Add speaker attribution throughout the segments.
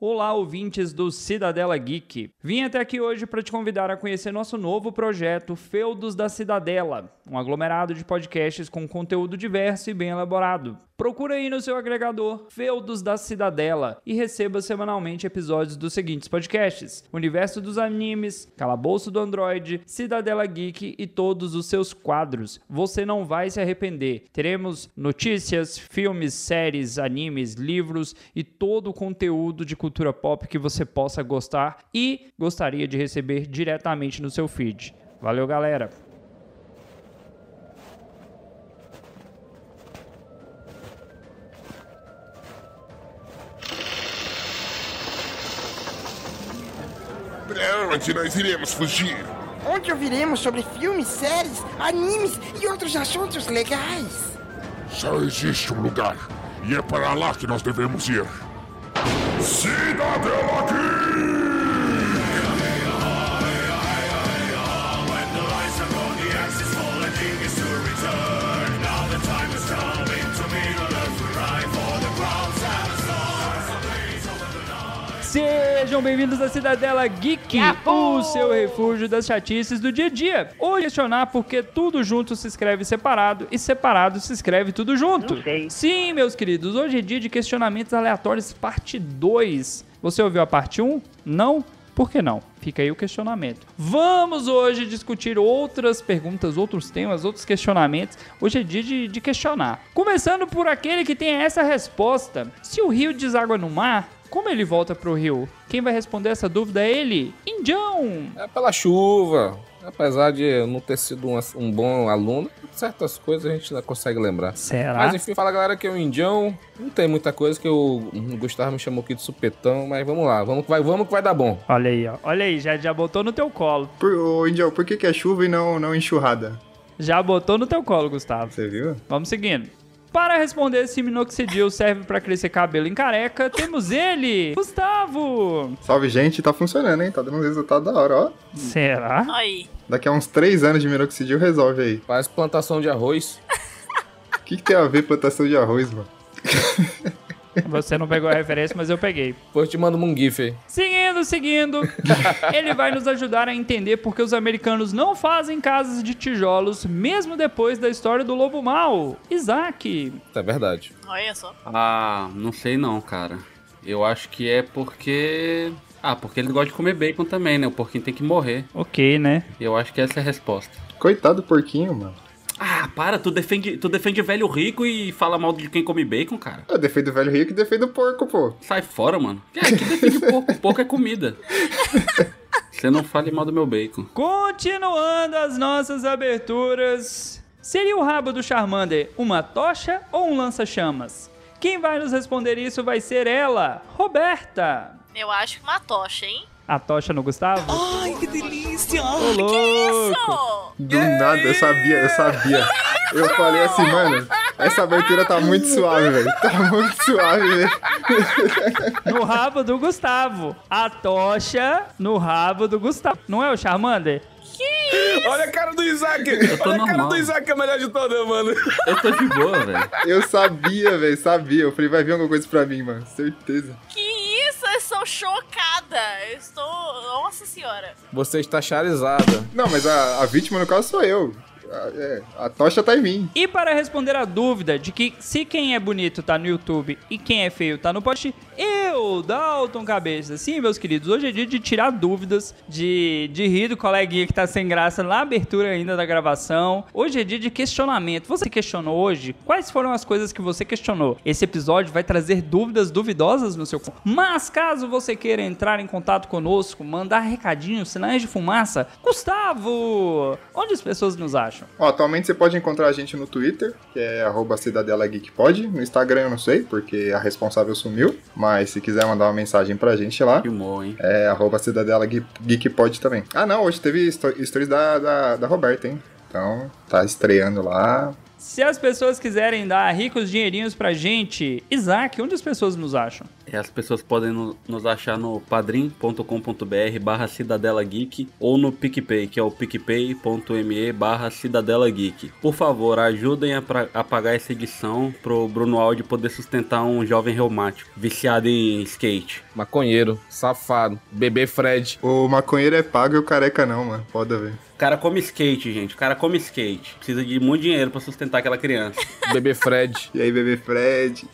Speaker 1: Olá, ouvintes do Cidadela Geek. Vim até aqui hoje para te convidar a conhecer nosso novo projeto Feudos da Cidadela, um aglomerado de podcasts com conteúdo diverso e bem elaborado. Procura aí no seu agregador Feudos da Cidadela e receba semanalmente episódios dos seguintes podcasts: Universo dos Animes, Calabouço do Android, Cidadela Geek e todos os seus quadros. Você não vai se arrepender. Teremos notícias, filmes, séries, animes, livros e todo o conteúdo de cultura cultura pop que você possa gostar e gostaria de receber diretamente no seu feed. Valeu, galera!
Speaker 2: Para onde nós iremos fugir?
Speaker 3: onde ouviremos sobre filmes, séries, animes e outros assuntos legais.
Speaker 2: Só existe um lugar, e é para lá que nós devemos ir. Cidadela Geek!
Speaker 1: Sejam bem-vindos à Cidadela Geek, o seu refúgio das chatices do dia a dia. Ou questionar porque tudo junto se escreve separado e separado se escreve tudo junto. Sim, meus queridos, hoje é dia de questionamentos aleatórios, parte 2. Você ouviu a parte 1? Não? Por que não? Fica aí o questionamento. Vamos hoje discutir outras perguntas, outros temas, outros questionamentos. Hoje é dia de, de questionar. Começando por aquele que tem essa resposta: se o rio deságua no mar, como ele volta pro rio? Quem vai responder essa dúvida é ele, Indião!
Speaker 4: É pela chuva. Apesar de eu não ter sido um, um bom aluno, certas coisas a gente ainda consegue lembrar.
Speaker 1: Será?
Speaker 4: Mas enfim, fala galera que é o Indião. Não tem muita coisa que o o Gustavo me chamou aqui de supetão, mas vamos lá, vamos que vai, vamos que vai dar bom.
Speaker 1: Olha aí, ó. Olha aí, já, já botou no teu colo.
Speaker 5: Por, ô, Indião, por que, que é chuva e não, não enxurrada?
Speaker 1: Já botou no teu colo, Gustavo.
Speaker 5: Você viu?
Speaker 1: Vamos seguindo. Para responder se minoxidil serve pra crescer cabelo em careca, temos ele, Gustavo!
Speaker 5: Salve, gente, tá funcionando, hein? Tá dando um resultado da hora, ó.
Speaker 1: Será?
Speaker 6: Aí.
Speaker 5: Daqui a uns três anos de minoxidil resolve aí.
Speaker 4: Faz plantação de arroz.
Speaker 5: O que, que tem a ver plantação de arroz, mano?
Speaker 1: Você não pegou a referência, mas eu peguei.
Speaker 4: Depois te mando um gif aí.
Speaker 1: Seguindo, seguindo, ele vai nos ajudar a entender por que os americanos não fazem casas de tijolos, mesmo depois da história do lobo mau. Isaac.
Speaker 4: É verdade.
Speaker 6: Olha só.
Speaker 7: Ah, não sei não, cara. Eu acho que é porque. Ah, porque ele gosta de comer bacon também, né? O porquinho tem que morrer.
Speaker 1: Ok, né?
Speaker 7: Eu acho que essa é a resposta.
Speaker 5: Coitado do porquinho, mano.
Speaker 7: Ah, para, tu defende, tu defende velho rico e fala mal de quem come bacon, cara.
Speaker 5: Eu defendo o velho rico e defendo o porco, pô.
Speaker 7: Sai fora, mano. É, que defende porco? Porco é comida. Você não fale mal do meu bacon.
Speaker 1: Continuando as nossas aberturas. Seria o rabo do Charmander uma tocha ou um lança-chamas? Quem vai nos responder isso vai ser ela, Roberta.
Speaker 6: Eu acho que uma tocha, hein?
Speaker 1: A tocha no Gustavo?
Speaker 8: Ai, que delícia!
Speaker 1: Ô, louco.
Speaker 6: Isso!
Speaker 5: Do nada, eu sabia, eu sabia. Eu falei assim, mano, essa abertura tá muito suave, velho. Tá muito suave, velho.
Speaker 1: No rabo do Gustavo. A tocha no rabo do Gustavo. Não é o Charmander?
Speaker 4: Olha a cara do Isaac!
Speaker 7: tô
Speaker 4: Olha a cara
Speaker 7: normal.
Speaker 4: do Isaac, é a melhor de todas, mano.
Speaker 7: Eu tô de boa, velho.
Speaker 5: Eu sabia, velho, sabia. Eu falei, vai vir alguma coisa pra mim, mano. Certeza.
Speaker 6: Que isso? Eu estou chocada. Eu estou. Nossa senhora.
Speaker 4: Você está charizada.
Speaker 5: Não, mas a, a vítima, no caso, sou eu. A, é, a tocha tá em mim.
Speaker 1: E para responder a dúvida de que se quem é bonito tá no YouTube e quem é feio tá no post, eu, Dalton Cabeça. Sim, meus queridos, hoje é dia de tirar dúvidas, de, de rir do coleguinha que tá sem graça na abertura ainda da gravação. Hoje é dia de questionamento. Você questionou hoje? Quais foram as coisas que você questionou? Esse episódio vai trazer dúvidas duvidosas no seu... Mas caso você queira entrar em contato conosco, mandar recadinhos, sinais de fumaça, Gustavo, onde as pessoas nos acham?
Speaker 5: Ó, atualmente você pode encontrar a gente no Twitter, que é arroba Cidadela Geek Pod. No Instagram eu não sei, porque a responsável sumiu. Mas se quiser mandar uma mensagem pra gente lá,
Speaker 7: Que humor, hein?
Speaker 5: é arroba Cidadela Geek, Geek Pod também. Ah não, hoje teve sto- stories da, da, da Roberta, hein? Então, tá estreando lá.
Speaker 1: Se as pessoas quiserem dar ricos dinheirinhos pra gente, Isaac, onde as pessoas nos acham?
Speaker 7: É, As pessoas podem no- nos achar no padrim.com.br barra Cidadela Geek ou no PicPay, que é o picpay.me barra Cidadela Geek. Por favor, ajudem a, pra- a pagar essa edição pro Bruno Aldi poder sustentar um jovem reumático viciado em skate.
Speaker 4: Maconheiro, safado, bebê Fred.
Speaker 5: O maconheiro é pago e o careca não, mano. Foda, velho.
Speaker 7: O cara come skate, gente. O cara come skate. Precisa de muito dinheiro pra sustentar aquela criança.
Speaker 4: Bebê Fred.
Speaker 5: E aí, bebê Fred?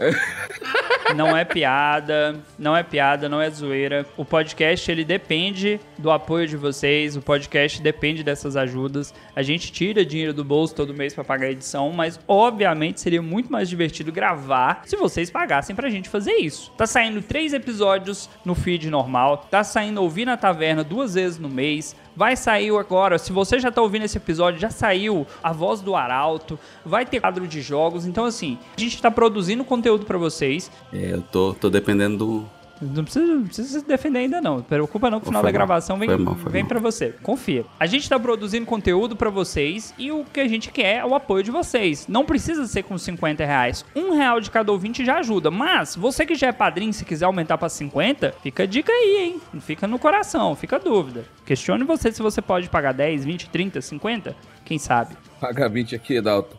Speaker 1: Não é piada, não é piada, não é zoeira. O podcast ele depende do apoio de vocês, o podcast depende dessas ajudas. A gente tira dinheiro do bolso todo mês pra pagar a edição, mas obviamente seria muito mais divertido gravar se vocês pagassem pra gente fazer isso. Tá saindo três episódios no feed normal, tá saindo ouvir na taverna duas vezes no mês. Vai sair agora, se você já tá ouvindo esse episódio, já saiu a voz do Arauto, vai ter quadro de jogos. Então, assim, a gente tá produzindo conteúdo pra vocês.
Speaker 7: É, eu tô, tô dependendo do.
Speaker 1: Não precisa, não precisa se defender ainda não. Preocupa não, que o
Speaker 7: Foi
Speaker 1: final da
Speaker 7: mal,
Speaker 1: gravação vem,
Speaker 7: foi mal, foi
Speaker 1: vem
Speaker 7: mal.
Speaker 1: para você. Confia. A gente tá produzindo conteúdo pra vocês e o que a gente quer é o apoio de vocês. Não precisa ser com 50 reais. Um real de cada ouvinte já ajuda. Mas você que já é padrinho, se quiser aumentar pra 50, fica a dica aí, hein? Não Fica no coração, fica a dúvida. Questione você se você pode pagar 10, 20, 30, 50. Quem sabe?
Speaker 4: Paga 20 aqui, Dalton.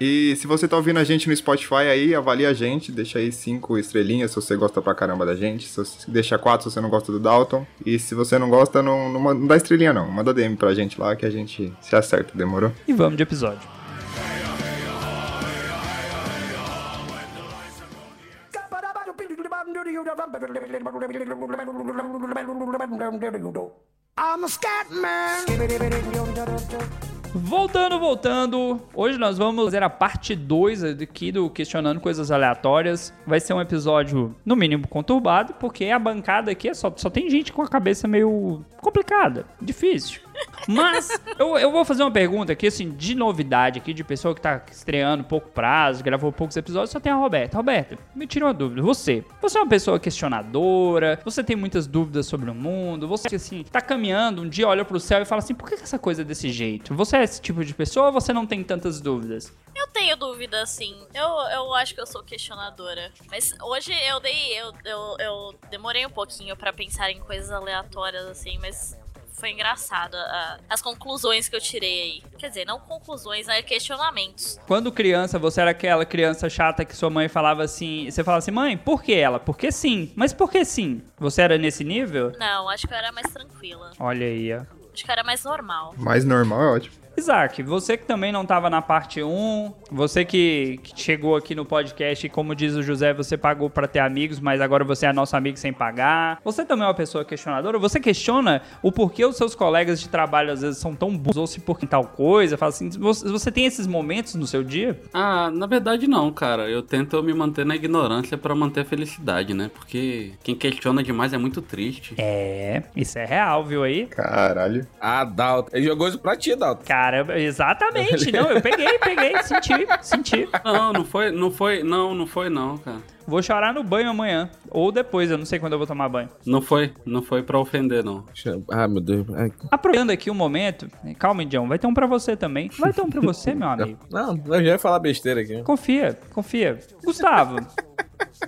Speaker 5: E se você tá ouvindo a gente no Spotify aí, avalia a gente, deixa aí cinco estrelinhas se você gosta pra caramba da gente, se você- deixa quatro se você não gosta do Dalton, e se você não gosta, não, não, manda- não dá estrelinha não, manda DM pra gente lá que a gente se acerta, demorou?
Speaker 1: E vamos de episódio.
Speaker 3: I'm a scat man.
Speaker 1: Voltando, voltando. Hoje nós vamos fazer a parte 2 aqui do Questionando Coisas Aleatórias. Vai ser um episódio, no mínimo, conturbado, porque a bancada aqui é só, só tem gente com a cabeça meio complicada, difícil. Mas eu, eu vou fazer uma pergunta aqui, assim, de novidade aqui, de pessoa que tá estreando pouco prazo, gravou poucos episódios, só tem a Roberta. Roberta, me tira uma dúvida. Você, você é uma pessoa questionadora, você tem muitas dúvidas sobre o mundo, você, assim, tá caminhando, um dia olha pro céu e fala assim, por que que essa coisa é desse jeito? Você é esse tipo de pessoa ou você não tem tantas dúvidas?
Speaker 6: Eu tenho dúvida, sim. Eu, eu acho que eu sou questionadora. Mas hoje eu dei. Eu, eu, eu demorei um pouquinho pra pensar em coisas aleatórias, assim, mas. Foi engraçado a- as conclusões que eu tirei aí. Quer dizer, não conclusões, né? Questionamentos.
Speaker 1: Quando criança, você era aquela criança chata que sua mãe falava assim, você falava assim, mãe, por que ela? Porque sim. Mas por que sim? Você era nesse nível?
Speaker 6: Não, acho que eu era mais tranquila.
Speaker 1: Olha aí, ó.
Speaker 6: Acho que eu era mais normal.
Speaker 5: Mais normal é ótimo.
Speaker 1: Isaac, você que também não estava na parte 1, você que, que chegou aqui no podcast e, como diz o José, você pagou para ter amigos, mas agora você é nosso amigo sem pagar. Você também é uma pessoa questionadora? Você questiona o porquê os seus colegas de trabalho às vezes são tão burros ou se por que tal coisa? Fala assim, você, você tem esses momentos no seu dia?
Speaker 7: Ah, na verdade não, cara. Eu tento me manter na ignorância pra manter a felicidade, né? Porque quem questiona demais é muito triste.
Speaker 1: É, isso é real, viu aí?
Speaker 5: Caralho.
Speaker 4: Ah, Dalton. Ele jogou isso pra ti, Dalton.
Speaker 1: Caramba, exatamente. Não, eu peguei, peguei, senti, senti.
Speaker 7: Não, não foi, não foi, não, não foi não, cara.
Speaker 1: Vou chorar no banho amanhã ou depois, eu não sei quando eu vou tomar banho.
Speaker 7: Não foi, não foi pra ofender, não.
Speaker 4: Ah, meu Deus. Ai,
Speaker 1: Aproveitando aqui o momento, calma, Indião, vai ter um pra você também. Vai ter um pra você, meu amigo.
Speaker 4: Não, eu já ia falar besteira aqui.
Speaker 1: Confia, confia. Gustavo,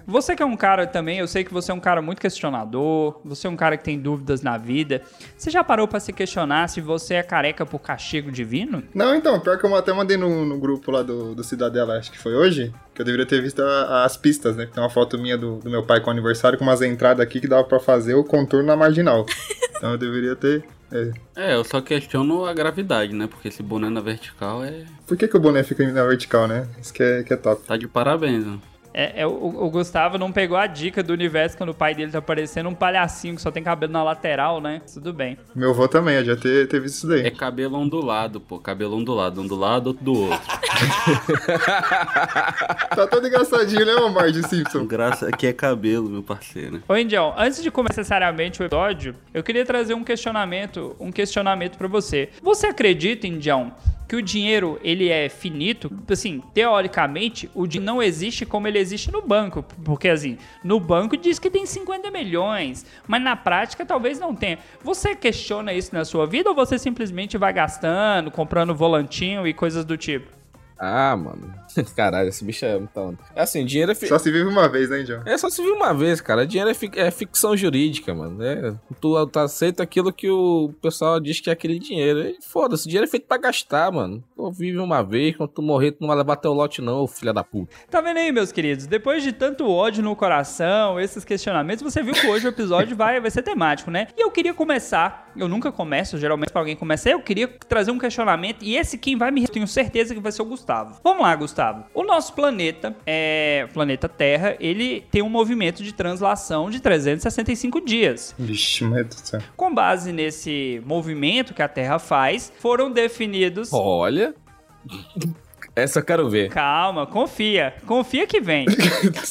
Speaker 1: você que é um cara também, eu sei que você é um cara muito questionador, você é um cara que tem dúvidas na vida. Você já parou pra se questionar se você é careca por castigo divino?
Speaker 5: Não, então, pior que eu até mandei no, no grupo lá do, do Cidadela, acho que foi hoje, que eu deveria ter visto a- as pistas, né? Tem uma foto minha do, do meu pai com aniversário com umas entradas aqui que dava pra fazer o contorno na marginal. Então eu deveria ter... é.
Speaker 7: É, eu só questiono a gravidade, né? Porque esse boné na vertical é.
Speaker 5: Por que, que o boné fica na vertical, né? Isso que é, que é top.
Speaker 7: tá de parabéns, né?
Speaker 1: É, é, o, o Gustavo não pegou a dica do universo quando o pai dele tá parecendo um palhacinho que só tem cabelo na lateral, né? Tudo bem.
Speaker 5: Meu avô também, já ter, ter visto isso
Speaker 7: É
Speaker 5: daí.
Speaker 7: cabelo ondulado, pô. Cabelo ondulado, um do lado, outro do outro.
Speaker 5: Tá todo engraçadinho, né, Omar de Simpson?
Speaker 7: Graça que é cabelo, meu parceiro. né?
Speaker 1: Ô, Indião, antes de começar seriamente o episódio, eu queria trazer um questionamento, um questionamento para você. Você acredita, Indião, que o dinheiro ele é finito? Assim, teoricamente, o dinheiro não existe como ele existe no banco, porque assim, no banco diz que tem 50 milhões, mas na prática talvez não tenha. Você questiona isso na sua vida ou você simplesmente vai gastando, comprando volantinho e coisas do tipo?
Speaker 4: Ah, mano. Caralho, esse bicho é muita onda. É assim, dinheiro é. fi-
Speaker 5: Só se vive uma vez, né, John?
Speaker 4: É só se viu uma vez, cara. Dinheiro é, fic- é ficção jurídica, mano. É, tu, tu aceita aquilo que o pessoal diz que é aquele dinheiro. E Foda-se, dinheiro é feito pra gastar, mano. Tu vive uma vez, quando tu morrer, tu não vai levar teu lote, não, ô filha da puta.
Speaker 1: Tá vendo aí, meus queridos? Depois de tanto ódio no coração, esses questionamentos, você viu que hoje o episódio vai, vai ser temático, né? E eu queria começar, eu nunca começo, geralmente pra alguém começar, eu queria trazer um questionamento, e esse quem vai me... Tenho certeza que vai ser o Gustavo. Vamos lá, Gustavo. O nosso planeta, é, o planeta Terra, ele tem um movimento de translação de 365 dias.
Speaker 5: Vixe, meu Deus do céu.
Speaker 1: Com base nesse movimento que a Terra faz, foram definidos.
Speaker 4: Olha. Essa eu quero ver.
Speaker 1: Calma, confia. Confia que vem.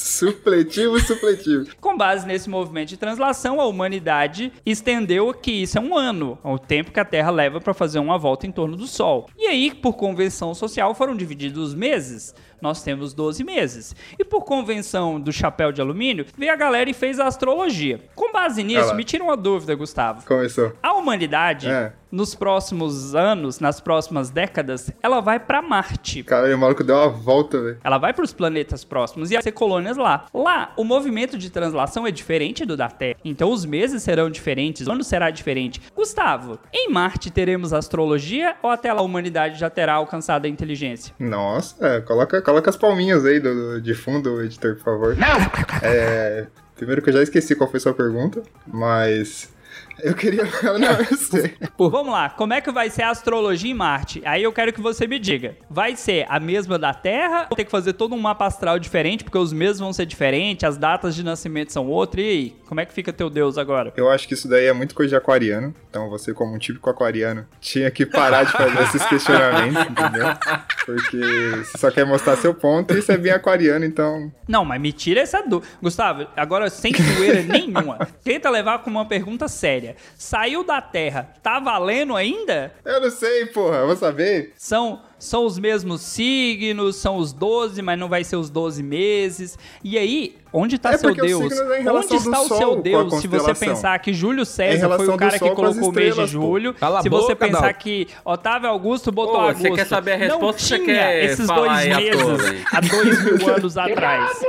Speaker 5: supletivo, supletivo.
Speaker 1: Com base nesse movimento de translação, a humanidade estendeu que isso é um ano, é o tempo que a Terra leva para fazer uma volta em torno do Sol. E aí, por convenção social, foram divididos os meses. Nós temos 12 meses. E por convenção do chapéu de alumínio, veio a galera e fez a astrologia. Com base
Speaker 5: Olha
Speaker 1: nisso,
Speaker 5: lá.
Speaker 1: me tira uma dúvida, Gustavo.
Speaker 5: Começou.
Speaker 1: A humanidade,
Speaker 5: É.
Speaker 1: nos próximos anos, nas próximas décadas, ela vai para Marte.
Speaker 5: Caralho, o maluco deu uma volta, velho.
Speaker 1: Ela vai para os planetas próximos e vai ser colônias lá. Lá, o movimento de translação é diferente do da Terra. Então, os meses serão diferentes, o ano será diferente. Gustavo, em Marte teremos astrologia ou até lá a humanidade já terá alcançado a inteligência?
Speaker 5: Nossa, é, coloca, coloca as palminhas aí do, do- de fundo, editor, por favor. Não! É, primeiro que eu já esqueci qual foi sua pergunta, mas eu queria. Não, eu sei.
Speaker 1: Vamos lá, como é que vai ser a astrologia em Marte? Aí eu quero que você me diga. Vai ser a mesma da Terra ou tem que fazer todo um mapa astral diferente, porque os meses vão ser diferentes, as datas de nascimento são outras, e aí? Como é que fica teu Deus agora?
Speaker 5: Eu acho que isso daí é muito coisa de aquariano. Então você, como um típico aquariano, tinha que parar de fazer esses questionamentos, entendeu? Porque você só quer mostrar seu ponto e você é bem aquariano, então.
Speaker 1: Não, mas me tira essa dúvida. Gustavo, agora sem zoeira nenhuma. Tenta levar com uma pergunta séria. Saiu da Terra, tá valendo ainda?
Speaker 5: Eu não sei, porra, eu vou saber.
Speaker 1: São, são os mesmos signos, são os 12, mas não vai ser os 12 meses. E aí, onde tá
Speaker 5: É
Speaker 1: seu
Speaker 5: porque os
Speaker 1: Deus?
Speaker 5: signos é em
Speaker 1: onde
Speaker 5: relação
Speaker 1: está
Speaker 5: do
Speaker 1: o
Speaker 5: Sol
Speaker 1: seu
Speaker 5: com a
Speaker 1: Deus se você
Speaker 5: constelação.
Speaker 1: pensar que Júlio
Speaker 5: É em
Speaker 1: César foi
Speaker 5: relação
Speaker 1: o
Speaker 5: do
Speaker 1: cara que
Speaker 5: Sol com as
Speaker 1: colocou o mês de
Speaker 5: estrelas, pô.
Speaker 1: julho,
Speaker 4: Cala a
Speaker 1: se você
Speaker 4: boca,
Speaker 1: pensar
Speaker 4: Dalton.
Speaker 1: que Otávio Augusto botou
Speaker 7: Ô, você
Speaker 1: Augusto.
Speaker 7: quer saber a
Speaker 1: não
Speaker 7: resposta ou
Speaker 1: tinha
Speaker 7: você quer
Speaker 1: esses
Speaker 7: falar
Speaker 1: dois
Speaker 7: aí à toa,
Speaker 1: meses
Speaker 7: velho?
Speaker 1: há dois mil anos atrás.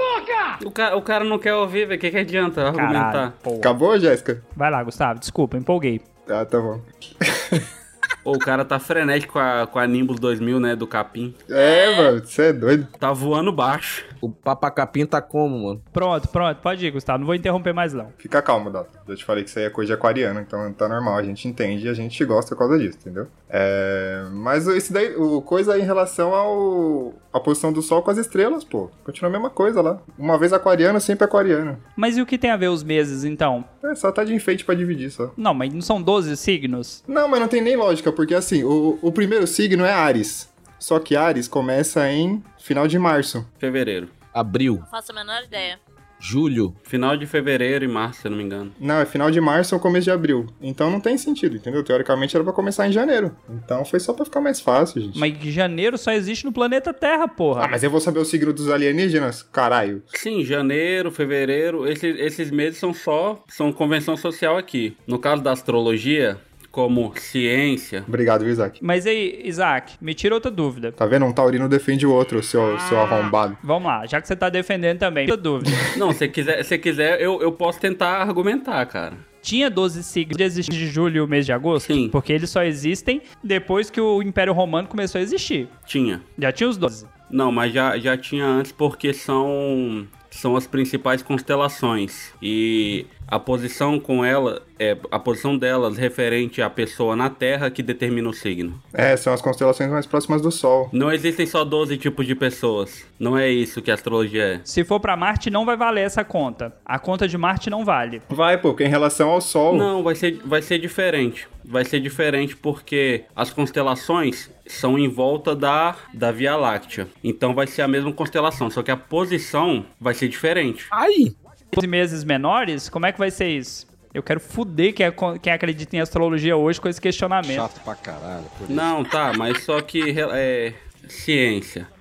Speaker 7: O, ca- o cara não quer ouvir, velho. O que, que adianta argumentar?
Speaker 1: Caralho, porra.
Speaker 5: Acabou, Jéssica?
Speaker 1: Vai lá, Gustavo, desculpa, empolguei.
Speaker 5: Ah, tá bom.
Speaker 7: Ô, o cara tá frenético com a, com a Nimbus 2000, né? Do Capim.
Speaker 5: É, mano, você é doido.
Speaker 7: Tá voando baixo.
Speaker 4: O papacapim tá como, mano?
Speaker 1: Pronto, pronto, pode ir, Gustavo, não vou interromper mais não.
Speaker 5: Fica calmo, Dato. Eu te falei que isso aí é coisa de aquariano, então tá normal, a gente entende e a gente gosta por causa disso, entendeu? É, mas isso daí, o coisa aí em relação ao a posição do sol com as estrelas, pô. Continua a mesma coisa lá. Uma vez aquariano, sempre aquariano.
Speaker 1: Mas e o que tem a ver os meses então?
Speaker 5: É, só tá de enfeite pra dividir só.
Speaker 1: Não, mas não são 12 signos?
Speaker 5: Não, mas não tem nem lógica, porque assim, o, o primeiro signo é Ares. Só que Ares começa em final de março.
Speaker 7: Fevereiro.
Speaker 4: Abril,
Speaker 6: Não faço a menor ideia.
Speaker 4: julho.
Speaker 7: Final de fevereiro e março, se eu não me engano.
Speaker 5: Não, é final de março ou começo de abril. Então não tem sentido, entendeu? Teoricamente era pra começar em janeiro. Então foi só pra ficar mais fácil, gente.
Speaker 1: Mas janeiro só existe no planeta Terra, porra.
Speaker 5: Ah, mas eu vou saber o signo dos alienígenas? Caralho.
Speaker 7: Sim, janeiro, fevereiro, esse- esses meses são só, são convenção social aqui. No caso da astrologia, como ciência,
Speaker 5: Obrigado, viu, Isaac.
Speaker 1: Mas aí, Isaac, me tira outra dúvida.
Speaker 5: Tá vendo? Um taurino defende o outro, seu, seu arrombado.
Speaker 1: Vamos lá, já que você tá defendendo também, outra dúvida.
Speaker 7: não, se quiser, se quiser eu, eu posso tentar argumentar, cara.
Speaker 1: Tinha 12 signos de existir de julho e o mês de agosto?
Speaker 7: Sim.
Speaker 1: Porque eles só existem depois que o Império Romano começou a existir.
Speaker 7: Tinha.
Speaker 1: Já tinha os 12.
Speaker 7: Não, mas já, já tinha antes porque são são as principais constelações e a posição com ela é a posição delas referente à pessoa na Terra que determina o signo.
Speaker 5: É, são as constelações mais próximas do Sol.
Speaker 7: Não existem só 12 tipos de pessoas. Não é isso que a astrologia é.
Speaker 1: Se for pra Marte, não vai valer essa conta. A conta de Marte não vale.
Speaker 5: Vai, pô, porque em relação ao Sol.
Speaker 7: Não, vai ser, vai ser diferente. Vai ser diferente porque as constelações são em volta da, da Via Láctea. Então vai ser a mesma constelação, só que a posição vai ser diferente.
Speaker 4: Aí!
Speaker 1: 12 meses menores, como é que vai ser isso? Eu quero fuder quem, acon- quem acredita em astrologia hoje com esse questionamento.
Speaker 4: Chato pra caralho. por isso.
Speaker 7: Não, tá, mas só que é ciência.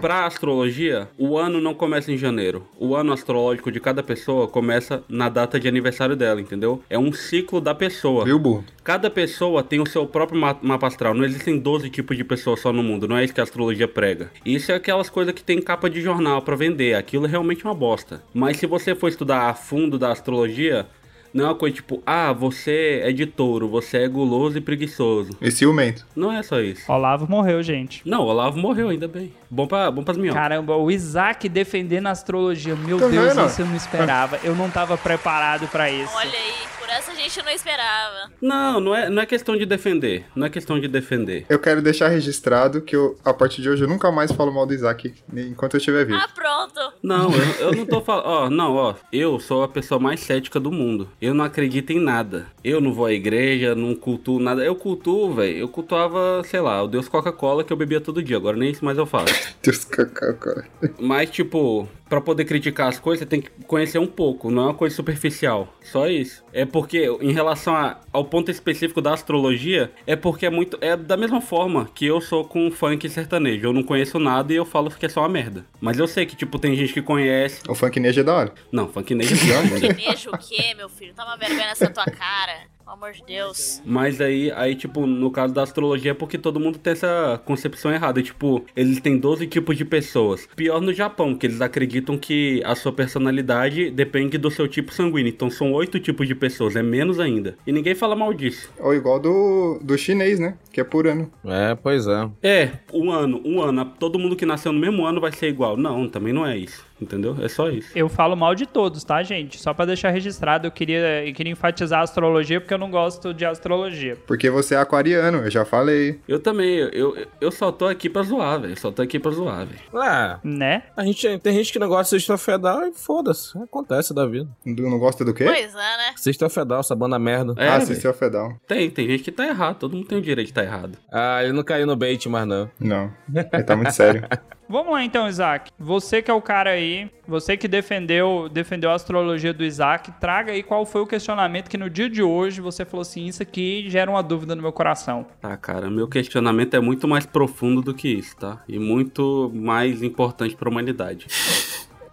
Speaker 7: Pra astrologia, o ano não começa em janeiro. O ano astrológico de cada pessoa começa na data de aniversário dela, entendeu? É um ciclo da pessoa.
Speaker 5: Viu, Bu?
Speaker 7: Cada pessoa tem o seu próprio ma- mapa astral. Não existem 12 tipos de pessoas só no mundo. Não é isso que a astrologia prega. Isso é aquelas coisas que tem capa de jornal pra vender. Aquilo é realmente uma bosta. Mas se você for estudar a fundo da astrologia, não é uma coisa tipo, ah, você é de touro, você é guloso e preguiçoso.
Speaker 5: E ciumento.
Speaker 7: Não é só isso.
Speaker 1: Olavo morreu, gente.
Speaker 7: Não, o Olavo morreu, ainda bem. Bom, pra, bom pras minhocas.
Speaker 1: Caramba, o Isaac defendendo a astrologia. Meu
Speaker 5: Tá
Speaker 1: Deus,
Speaker 5: vendo?
Speaker 1: isso eu não esperava. Eu não tava preparado pra isso.
Speaker 6: Olha aí, por essa a gente não esperava.
Speaker 7: Não, não é, não é questão de defender. Não é questão de defender.
Speaker 5: Eu quero deixar registrado que eu, a partir de hoje eu nunca mais falo mal do Isaac enquanto eu estiver vivo.
Speaker 6: Ah, pronto.
Speaker 7: Não, eu, eu não tô falando. Ó, não, ó. Eu sou a pessoa mais cética do mundo. Eu não acredito em nada. Eu não vou à igreja, não cultuo nada. Eu cultuo, velho. Eu cultuava, sei lá, o Deus Coca-Cola que eu bebia todo dia. Agora nem isso mais eu faço.
Speaker 5: Deus, cacau, cara.
Speaker 7: Mas, tipo, pra poder criticar as coisas, você tem que conhecer um pouco. Não é uma coisa superficial. Só isso. É porque, em relação a- ao ponto específico da astrologia, é porque é muito. É da mesma forma que eu sou com funk sertanejo. Eu não conheço nada e eu falo que é só uma merda. Mas eu sei que, tipo, tem gente que conhece.
Speaker 5: O funk ninja é da hora.
Speaker 7: Não, funk nejo é pior ainda.
Speaker 6: Beijo o quê, meu filho? Toma vergonha nessa tua cara. Pelo amor de Deus.
Speaker 7: Mas aí, aí, tipo, no caso da astrologia é porque todo mundo tem essa concepção errada. Tipo, eles têm 12 tipos de pessoas. Pior no Japão, que eles acreditam que a sua personalidade depende do seu tipo sanguíneo. Então são oito tipos de pessoas, é menos ainda. E ninguém fala mal disso.
Speaker 5: Ou igual do, do chinês, né? Que é por ano.
Speaker 4: É, pois é.
Speaker 7: É, um ano, um ano. Todo mundo que nasceu no mesmo ano vai ser igual. Não, também não é isso. Entendeu? É só isso.
Speaker 1: Eu falo mal de todos, tá, gente? Só pra deixar registrado, eu queria, eu queria enfatizar a astrologia porque eu não gosto de astrologia.
Speaker 5: Porque você é aquariano, eu já falei.
Speaker 7: Eu também, eu, eu, eu só tô aqui pra zoar, velho. Só tô aqui pra zoar, velho.
Speaker 4: Ah,
Speaker 1: Né?
Speaker 4: a gente, tem gente que não gosta de sexta fedal e foda-se. Acontece da vida.
Speaker 5: Não não gosta do quê?
Speaker 6: Pois é, né?
Speaker 4: Sexta fedal, essa banda merda.
Speaker 7: É,
Speaker 5: ah,
Speaker 7: velho.
Speaker 5: Cecil Fedal.
Speaker 7: tem, tem gente que tá errado. Todo mundo tem o direito de tá errado.
Speaker 4: Ah, ele não caiu no bait mais não.
Speaker 5: Não. Ele tá muito sério.
Speaker 1: Vamos lá então, Isaac. Você que é o cara aí, você que defendeu, defendeu a astrologia do Isaac, traga aí qual foi o questionamento que no dia de hoje você falou assim, isso aqui gera uma dúvida no meu coração.
Speaker 7: Tá, cara, meu questionamento é muito mais profundo do que isso, tá? E muito mais importante pra humanidade.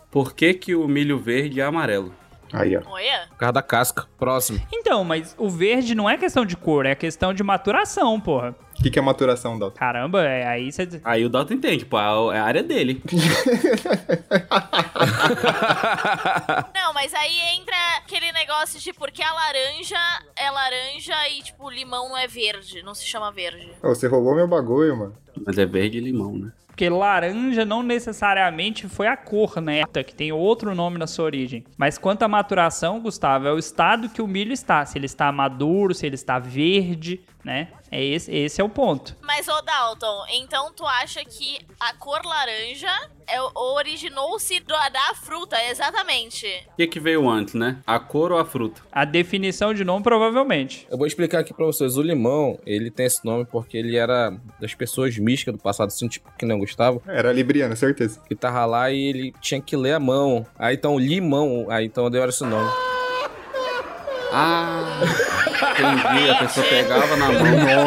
Speaker 7: Por que que o milho verde é amarelo?
Speaker 5: Aí, ó.
Speaker 6: Olha.
Speaker 4: Por causa da casca. Próximo.
Speaker 1: Então, mas o verde não é questão de cor, é questão de maturação, porra.
Speaker 5: O que, que é maturação, Dalton?
Speaker 1: Caramba, é, aí você...
Speaker 7: Aí o Dalton entende, pô, é a área dele.
Speaker 6: Não, mas aí entra aquele negócio de porque a laranja é laranja e, tipo, o limão não é verde, não se chama verde.
Speaker 5: Ô, Você roubou meu bagulho, mano.
Speaker 7: Mas é verde e limão, né?
Speaker 1: Porque laranja não necessariamente foi a cor, né? Que tem outro nome na sua origem. Mas quanto à maturação, Gustavo, é o estado que o milho está. Se ele está maduro, se ele está verde, né? É esse, esse é o ponto.
Speaker 6: Mas, ô Dalton, então tu acha que a cor laranja é, originou-se do- da fruta, exatamente.
Speaker 7: O que que veio antes, né? A cor ou a fruta?
Speaker 1: A definição de nome, provavelmente.
Speaker 4: Eu vou explicar aqui pra vocês. O limão, ele tem esse nome porque ele era das pessoas místicas do passado, assim, tipo que não Gustavo,
Speaker 5: Era libriano, certeza.
Speaker 4: que tava lá e ele tinha que ler a mão. Aí então, limão, aí então deu esse nome.
Speaker 7: Ah! Entendi, a pessoa pegava na mão.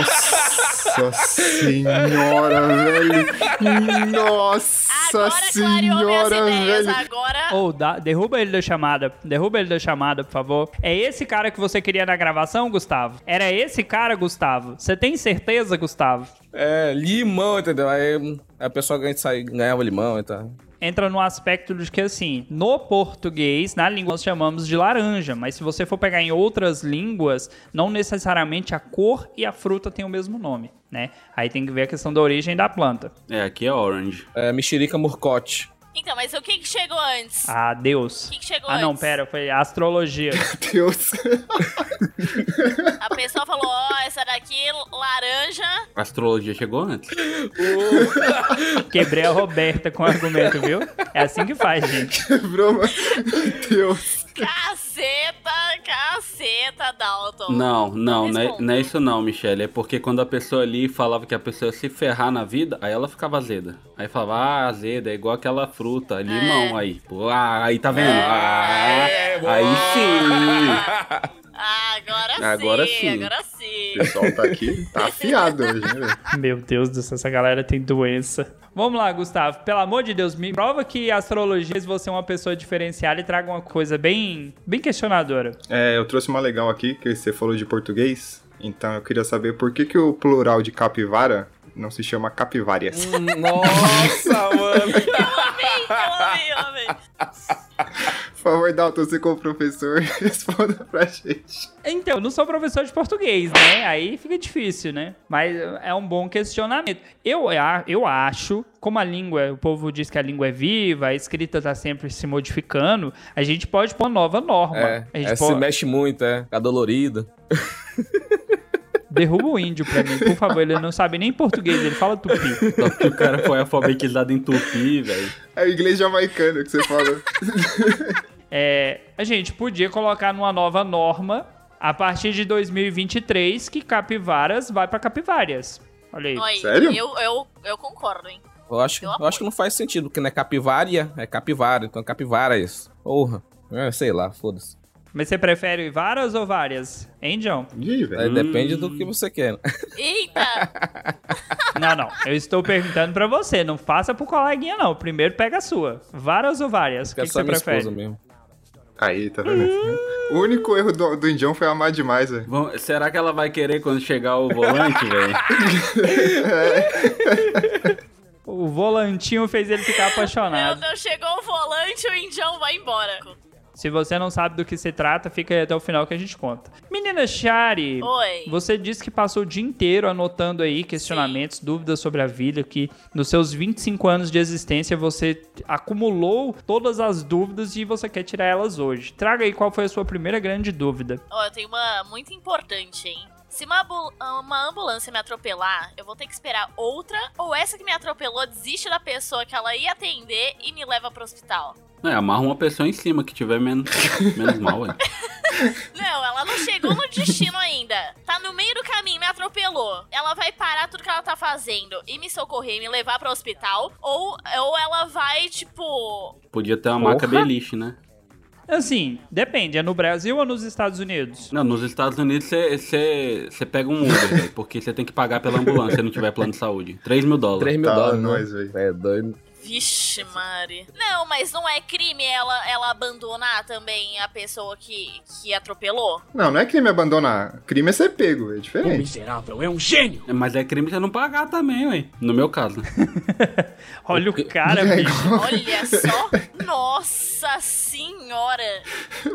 Speaker 5: Nossa senhora, velho. Nossa
Speaker 6: Agora clareou
Speaker 5: senhora,
Speaker 6: minhas ideias,
Speaker 5: velho.
Speaker 6: agora...
Speaker 1: Ou dá- derruba ele da chamada. Derruba ele da chamada, por favor. É esse cara que você queria na gravação, Gustavo? Era esse cara, Gustavo? Você tem certeza, Gustavo?
Speaker 4: É, limão, entendeu? Aí a pessoa ganha- sai- ganhava limão e tal.
Speaker 1: entra no aspecto de que, assim, no português, na língua, nós chamamos de laranja, mas se você for pegar em outras línguas, não necessariamente a cor e a fruta têm o mesmo nome, né? Aí tem que ver a questão da origem da planta.
Speaker 7: É, aqui é orange.
Speaker 4: É, mexerica murcote.
Speaker 6: Então, mas o que que chegou antes?
Speaker 1: Ah, Deus.
Speaker 6: O que que chegou
Speaker 1: Ah, não,
Speaker 6: antes?
Speaker 1: pera, foi astrologia.
Speaker 5: Deus.
Speaker 6: A pessoa falou, ó, essa daqui, laranja.
Speaker 7: A astrologia chegou antes.
Speaker 1: Quebrei a Roberta com o argumento, viu? É assim que faz, gente.
Speaker 5: Quebrou, mano. Deus.
Speaker 6: Caceta, caceta, Dalton.
Speaker 7: Não, não, não é,
Speaker 6: Responda.
Speaker 7: não é isso não, Michelle. É porque quando a pessoa ali falava que a pessoa ia se ferrar na vida, aí ela ficava azeda. Aí falava, ah, azeda, é igual aquela fruta, limão aí. Pô, ah, aí tá vendo? Ah, aí sim.
Speaker 6: Ah, agora,
Speaker 7: Agora
Speaker 6: Ah, sim,
Speaker 7: sim.
Speaker 6: agora sim.
Speaker 5: pessoal tá aqui, tá afiado hoje, né? velho?
Speaker 8: Meu Deus do céu, essa galera tem doença.
Speaker 1: Vamos lá, Gustavo. Pelo amor de Deus, me prova que astrologia, se você é uma pessoa diferenciada e traga uma coisa bem, bem questionadora.
Speaker 5: É, eu trouxe uma legal aqui, que você falou de português. Então eu queria saber por que, que o plural de capivara não se chama capivárias.
Speaker 4: Nossa, mano.
Speaker 6: Amei, eu amei, eu amei.
Speaker 5: Por favor, Dalton, você como professor, responda pra gente.
Speaker 1: Então, eu não sou professor de português, né? Aí fica difícil, né? Mas é um bom questionamento. Eu, a- eu acho, como a língua, o povo diz que a língua é viva, a escrita tá sempre se modificando, a gente pode pôr nova norma.
Speaker 4: É,
Speaker 1: a gente
Speaker 4: é, se
Speaker 1: pô-
Speaker 4: mexe muito, é. Fica dolorido.
Speaker 1: Derruba o índio pra mim, por favor. Ele não sabe nem português, ele fala tupi.
Speaker 7: Só porque o cara foi alfabetizado em tupi, velho.
Speaker 5: É o inglês jamaicano que você falou.
Speaker 1: É, a gente podia colocar numa nova norma a partir de 2023 que capivaras vai pra capivárias. Olha aí.
Speaker 6: Olha aí,
Speaker 5: Sério?
Speaker 6: Eu, eu, eu concordo, hein?
Speaker 4: Eu acho,
Speaker 6: Eu
Speaker 4: eu acho que não faz sentido, porque não é capivária, é capivara, então é capivaras. Porra. É, sei lá, foda-se.
Speaker 1: Mas você prefere varas ou várias? Hein, John?
Speaker 5: Ih,
Speaker 4: Aí
Speaker 5: velho.
Speaker 4: depende do que você quer. né?
Speaker 6: Eita!
Speaker 1: Não, não. Eu estou perguntando pra você. Não faça pro coleguinha, não. Primeiro pega a sua. Varas ou várias? O que,
Speaker 4: Quero
Speaker 1: que
Speaker 4: só
Speaker 1: você
Speaker 4: minha
Speaker 1: prefere?
Speaker 4: esposa mesmo.
Speaker 5: Aí, tá vendo? O único erro do, do Indião foi amar demais, velho.
Speaker 7: Vão- Será que ela vai querer quando chegar o volante, velho?
Speaker 1: O volantinho fez ele ficar
Speaker 6: Meu
Speaker 1: apaixonado.
Speaker 6: Deus, chegou o volante, o indião vai embora.
Speaker 1: Se você não sabe do que se trata, fica aí até o final que a gente conta. Menina Shari,
Speaker 6: Oi.
Speaker 1: você disse que passou o dia inteiro anotando aí questionamentos, dúvidas sobre a vida, que nos seus 25 anos de existência você acumulou todas as dúvidas e você quer tirar elas hoje. Traga aí qual foi a sua primeira grande dúvida.
Speaker 6: Ó, eu tenho uma muito importante, hein? Se uma, ambu- uma ambulância me atropelar, eu vou ter que esperar outra ou essa que me atropelou desiste da pessoa que ela ia atender e me leva pro hospital?
Speaker 7: É, amarra uma pessoa em cima que tiver menos, menos mal, velho.
Speaker 6: Não, ela não chegou no destino ainda. Tá no meio do caminho, me atropelou. Ela vai parar tudo que ela tá fazendo e me socorrer e me levar pro hospital. Ou, ou ela vai, tipo.
Speaker 7: Podia ter uma maca beliche, né?
Speaker 1: Assim, depende, é no Brasil ou nos Estados Unidos?
Speaker 7: Não, nos Estados Unidos você pega um Uber, velho, porque você tem que pagar pela ambulância se não tiver plano de saúde. 3 mil
Speaker 4: 3
Speaker 7: dólares.
Speaker 4: mil
Speaker 5: Tá,
Speaker 4: dólares,
Speaker 5: nós,
Speaker 4: né?
Speaker 5: velho.
Speaker 4: É doido.
Speaker 6: Vixe, Mari. Não, mas não é crime ela, ela abandonar também a pessoa que, que atropelou?
Speaker 5: Não, não é crime abandonar. Crime é ser pego, é diferente.
Speaker 7: É, Mas é crime você não pagar também, ué. No meu caso, né?
Speaker 1: Olha o cara, bicho.
Speaker 6: Olha só. Nossa senhora.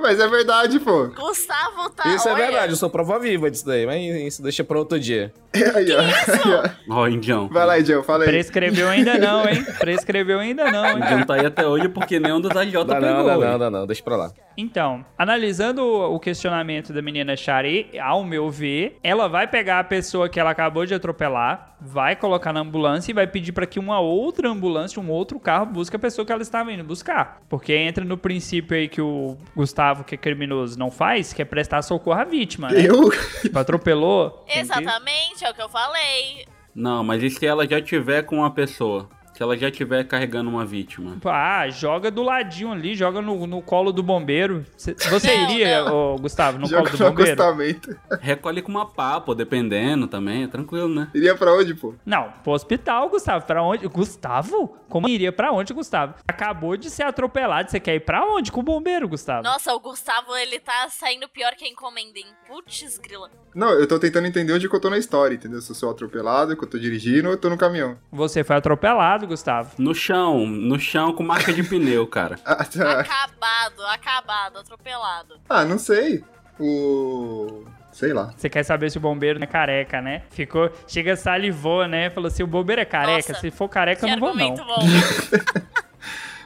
Speaker 5: Mas é verdade, pô.
Speaker 6: Gustavo tá.
Speaker 4: Isso é
Speaker 6: olha,
Speaker 4: verdade, eu sou prova viva disso daí, mas isso deixa pra outro dia.
Speaker 5: Aí, ó. Aí,
Speaker 7: Ó, indião.
Speaker 5: ó. Vai lá, Indião, fala aí.
Speaker 1: Prescreveu ainda não, hein? Prescreveu ainda não,
Speaker 7: O
Speaker 1: hein?
Speaker 7: indião tá aí até hoje porque nenhum dos AJ
Speaker 4: Dá
Speaker 7: pegou.
Speaker 4: não, dá
Speaker 7: ué.
Speaker 4: não, dá não, deixa pra lá.
Speaker 1: Então, analisando o o questionamento da menina Shari, ao meu ver, ela vai pegar a pessoa que ela acabou de atropelar, vai colocar na ambulância e vai pedir para que uma outra ambulância, um outro carro, busque a pessoa que ela estava indo buscar. Porque entra no princípio aí que o Gustavo, que é criminoso, não faz, que é prestar socorro à vítima, né?
Speaker 5: Eu?
Speaker 1: Tipo, atropelou. tem que-
Speaker 6: Exatamente, é o que eu falei.
Speaker 4: Tá
Speaker 7: Não, mas e se ela já tiver com uma pessoa? Se ela já tiver carregando uma vítima?
Speaker 1: Ah, joga do ladinho ali, joga no, no colo do bombeiro. Cê- Você
Speaker 6: Não,
Speaker 1: iria, ô, Gustavo, no
Speaker 5: Joga
Speaker 1: colo do
Speaker 5: no
Speaker 1: bombeiro?
Speaker 5: acostamento.
Speaker 7: Recolhe com uma pá, pô, dependendo também, é tranquilo, né?
Speaker 5: Iria pra onde, pô?
Speaker 1: Não, pro hospital, Gustavo. Pra onde? Gustavo? Como iria pra onde, Gustavo? Acabou de ser atropelado. Você quer ir pra onde com o bombeiro, Gustavo?
Speaker 6: Nossa, o Gustavo, ele tá saindo pior que a encomenda, hein? Putz, grila.
Speaker 5: Não, eu tô tentando entender onde que eu tô na história, entendeu? Se eu sou atropelado, que eu tô dirigindo, ou eu tô no caminhão.
Speaker 1: Você foi atropelado, Gustavo.
Speaker 7: No chão, no chão com marca de pneu, cara.
Speaker 5: Ah, tá.
Speaker 6: Acabado, acabado, atropelado.
Speaker 5: Ah, não sei. O. Sei lá.
Speaker 1: Você quer saber se o bombeiro não é careca, né? Ficou. Chega, salivou, né? Falou assim: o bombeiro é careca.
Speaker 6: Nossa,
Speaker 1: se for careca,
Speaker 6: que
Speaker 1: eu não vou, não.
Speaker 6: argumento bom.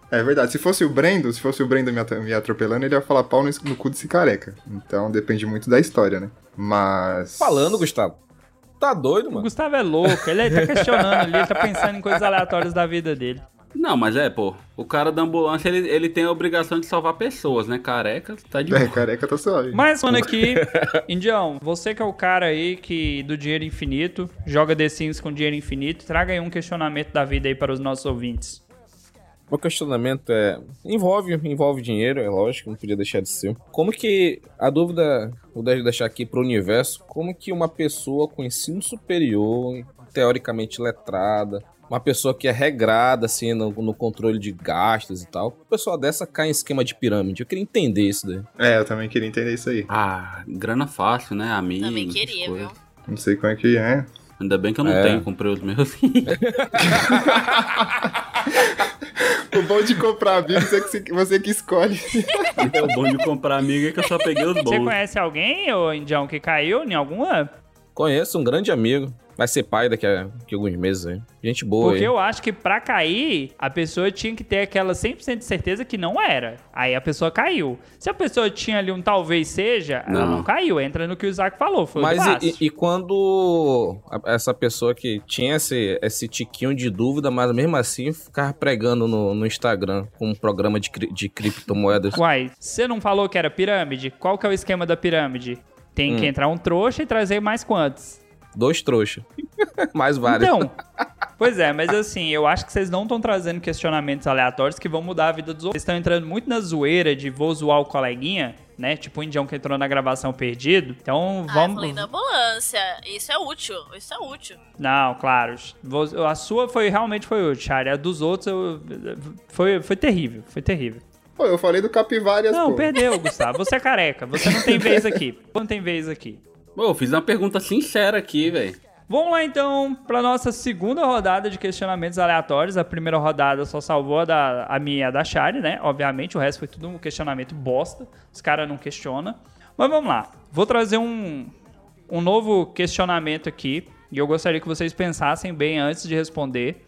Speaker 5: É verdade. Se fosse o Brendo, se fosse o Brendo me at- me atropelando, ele ia falar pau no, es- no cu desse careca. Então depende muito da história, né? Mas.
Speaker 4: Falando, Gustavo. Tá doido,
Speaker 1: O
Speaker 4: mano?
Speaker 1: Gustavo é louco. Ele tá questionando ali, ele tá pensando em coisas aleatórias da vida dele.
Speaker 7: Não, mas é, pô, o cara da ambulância, ele, ele tem a obrigação de salvar pessoas, né? Careca, tá de
Speaker 5: É,
Speaker 7: boa.
Speaker 5: careca tá suave.
Speaker 1: Mas, mano, aqui, Indião, você que é o cara aí que do dinheiro infinito, joga The Sims com dinheiro infinito, traga aí um questionamento da vida aí para os nossos ouvintes.
Speaker 4: Meu questionamento é. Envolve, envolve dinheiro, é lógico, não podia deixar de ser. Como que. A dúvida, vou de- deixar aqui pro universo. Como que uma pessoa com ensino superior, teoricamente letrada, uma pessoa que é regrada, assim, no, no controle de gastos e tal, uma pessoa dessa cai em esquema de pirâmide. Eu queria entender isso daí.
Speaker 5: É, eu também queria entender isso aí.
Speaker 7: Ah, grana fácil, né? Amigo.
Speaker 6: Também
Speaker 7: essas
Speaker 6: queria,
Speaker 7: coisas.
Speaker 6: viu?
Speaker 5: Não sei como é que é.
Speaker 7: Ainda bem que eu não
Speaker 4: É.
Speaker 7: tenho, comprei os meus.
Speaker 5: O bom de comprar amigos é que você- você que escolhe.
Speaker 7: Então, o bom de comprar amiga é que eu só peguei os
Speaker 1: Você
Speaker 7: bons.
Speaker 1: conhece alguém, ô Indião, que caiu em alguma?
Speaker 4: Conheço um grande amigo. Vai ser pai daqui a, daqui a alguns meses aí. Gente boa
Speaker 1: Porque
Speaker 4: aí.
Speaker 1: eu acho que pra cair, a pessoa tinha que ter aquela 100% de certeza que não era. Aí a pessoa caiu. Se a pessoa tinha ali um talvez seja, ela
Speaker 7: Não.
Speaker 1: não caiu. Entra no que o Isaac falou, foi
Speaker 4: Mas e-
Speaker 1: fácil.
Speaker 4: e, e quando a- essa pessoa que tinha esse, esse tiquinho de dúvida, mas mesmo assim ficava pregando no, no Instagram com um programa de, cri- de criptomoedas?
Speaker 1: Uai, você não falou que era pirâmide? Qual que é o esquema da pirâmide? Tem
Speaker 4: Hum.
Speaker 1: que entrar um trouxa e trazer mais quantos?
Speaker 4: Dois trouxas. mais vários.
Speaker 1: Então, pois é, mas assim, eu acho que vocês não estão trazendo questionamentos aleatórios que vão mudar a vida dos outros. Vocês estão entrando muito na zoeira de vou zoar o coleguinha, né? Tipo o indião que entrou na gravação perdido. Então,
Speaker 6: Ah, eu
Speaker 1: vamos...
Speaker 6: falei da ambulância. Isso é útil, isso é útil.
Speaker 1: Não, claro. Vou- A sua foi realmente foi útil, Chari. A dos outros eu- foi, foi terrível, foi terrível.
Speaker 5: Pô, eu falei do Capivárias,
Speaker 1: Não,
Speaker 5: pô.
Speaker 1: perdeu, Gustavo. Você é careca. Você não tem vez aqui. Não tem vez aqui.
Speaker 7: Pô, eu fiz uma pergunta sincera aqui, velho.
Speaker 1: Vamos lá então para nossa segunda rodada de questionamentos aleatórios. A primeira rodada só salvou a, da, a minha e a da Shari, né? Obviamente, o resto foi tudo um questionamento bosta. Os caras não questionam. Mas vamos lá. Vou trazer um, um novo questionamento aqui. E eu gostaria que vocês pensassem bem antes de responder.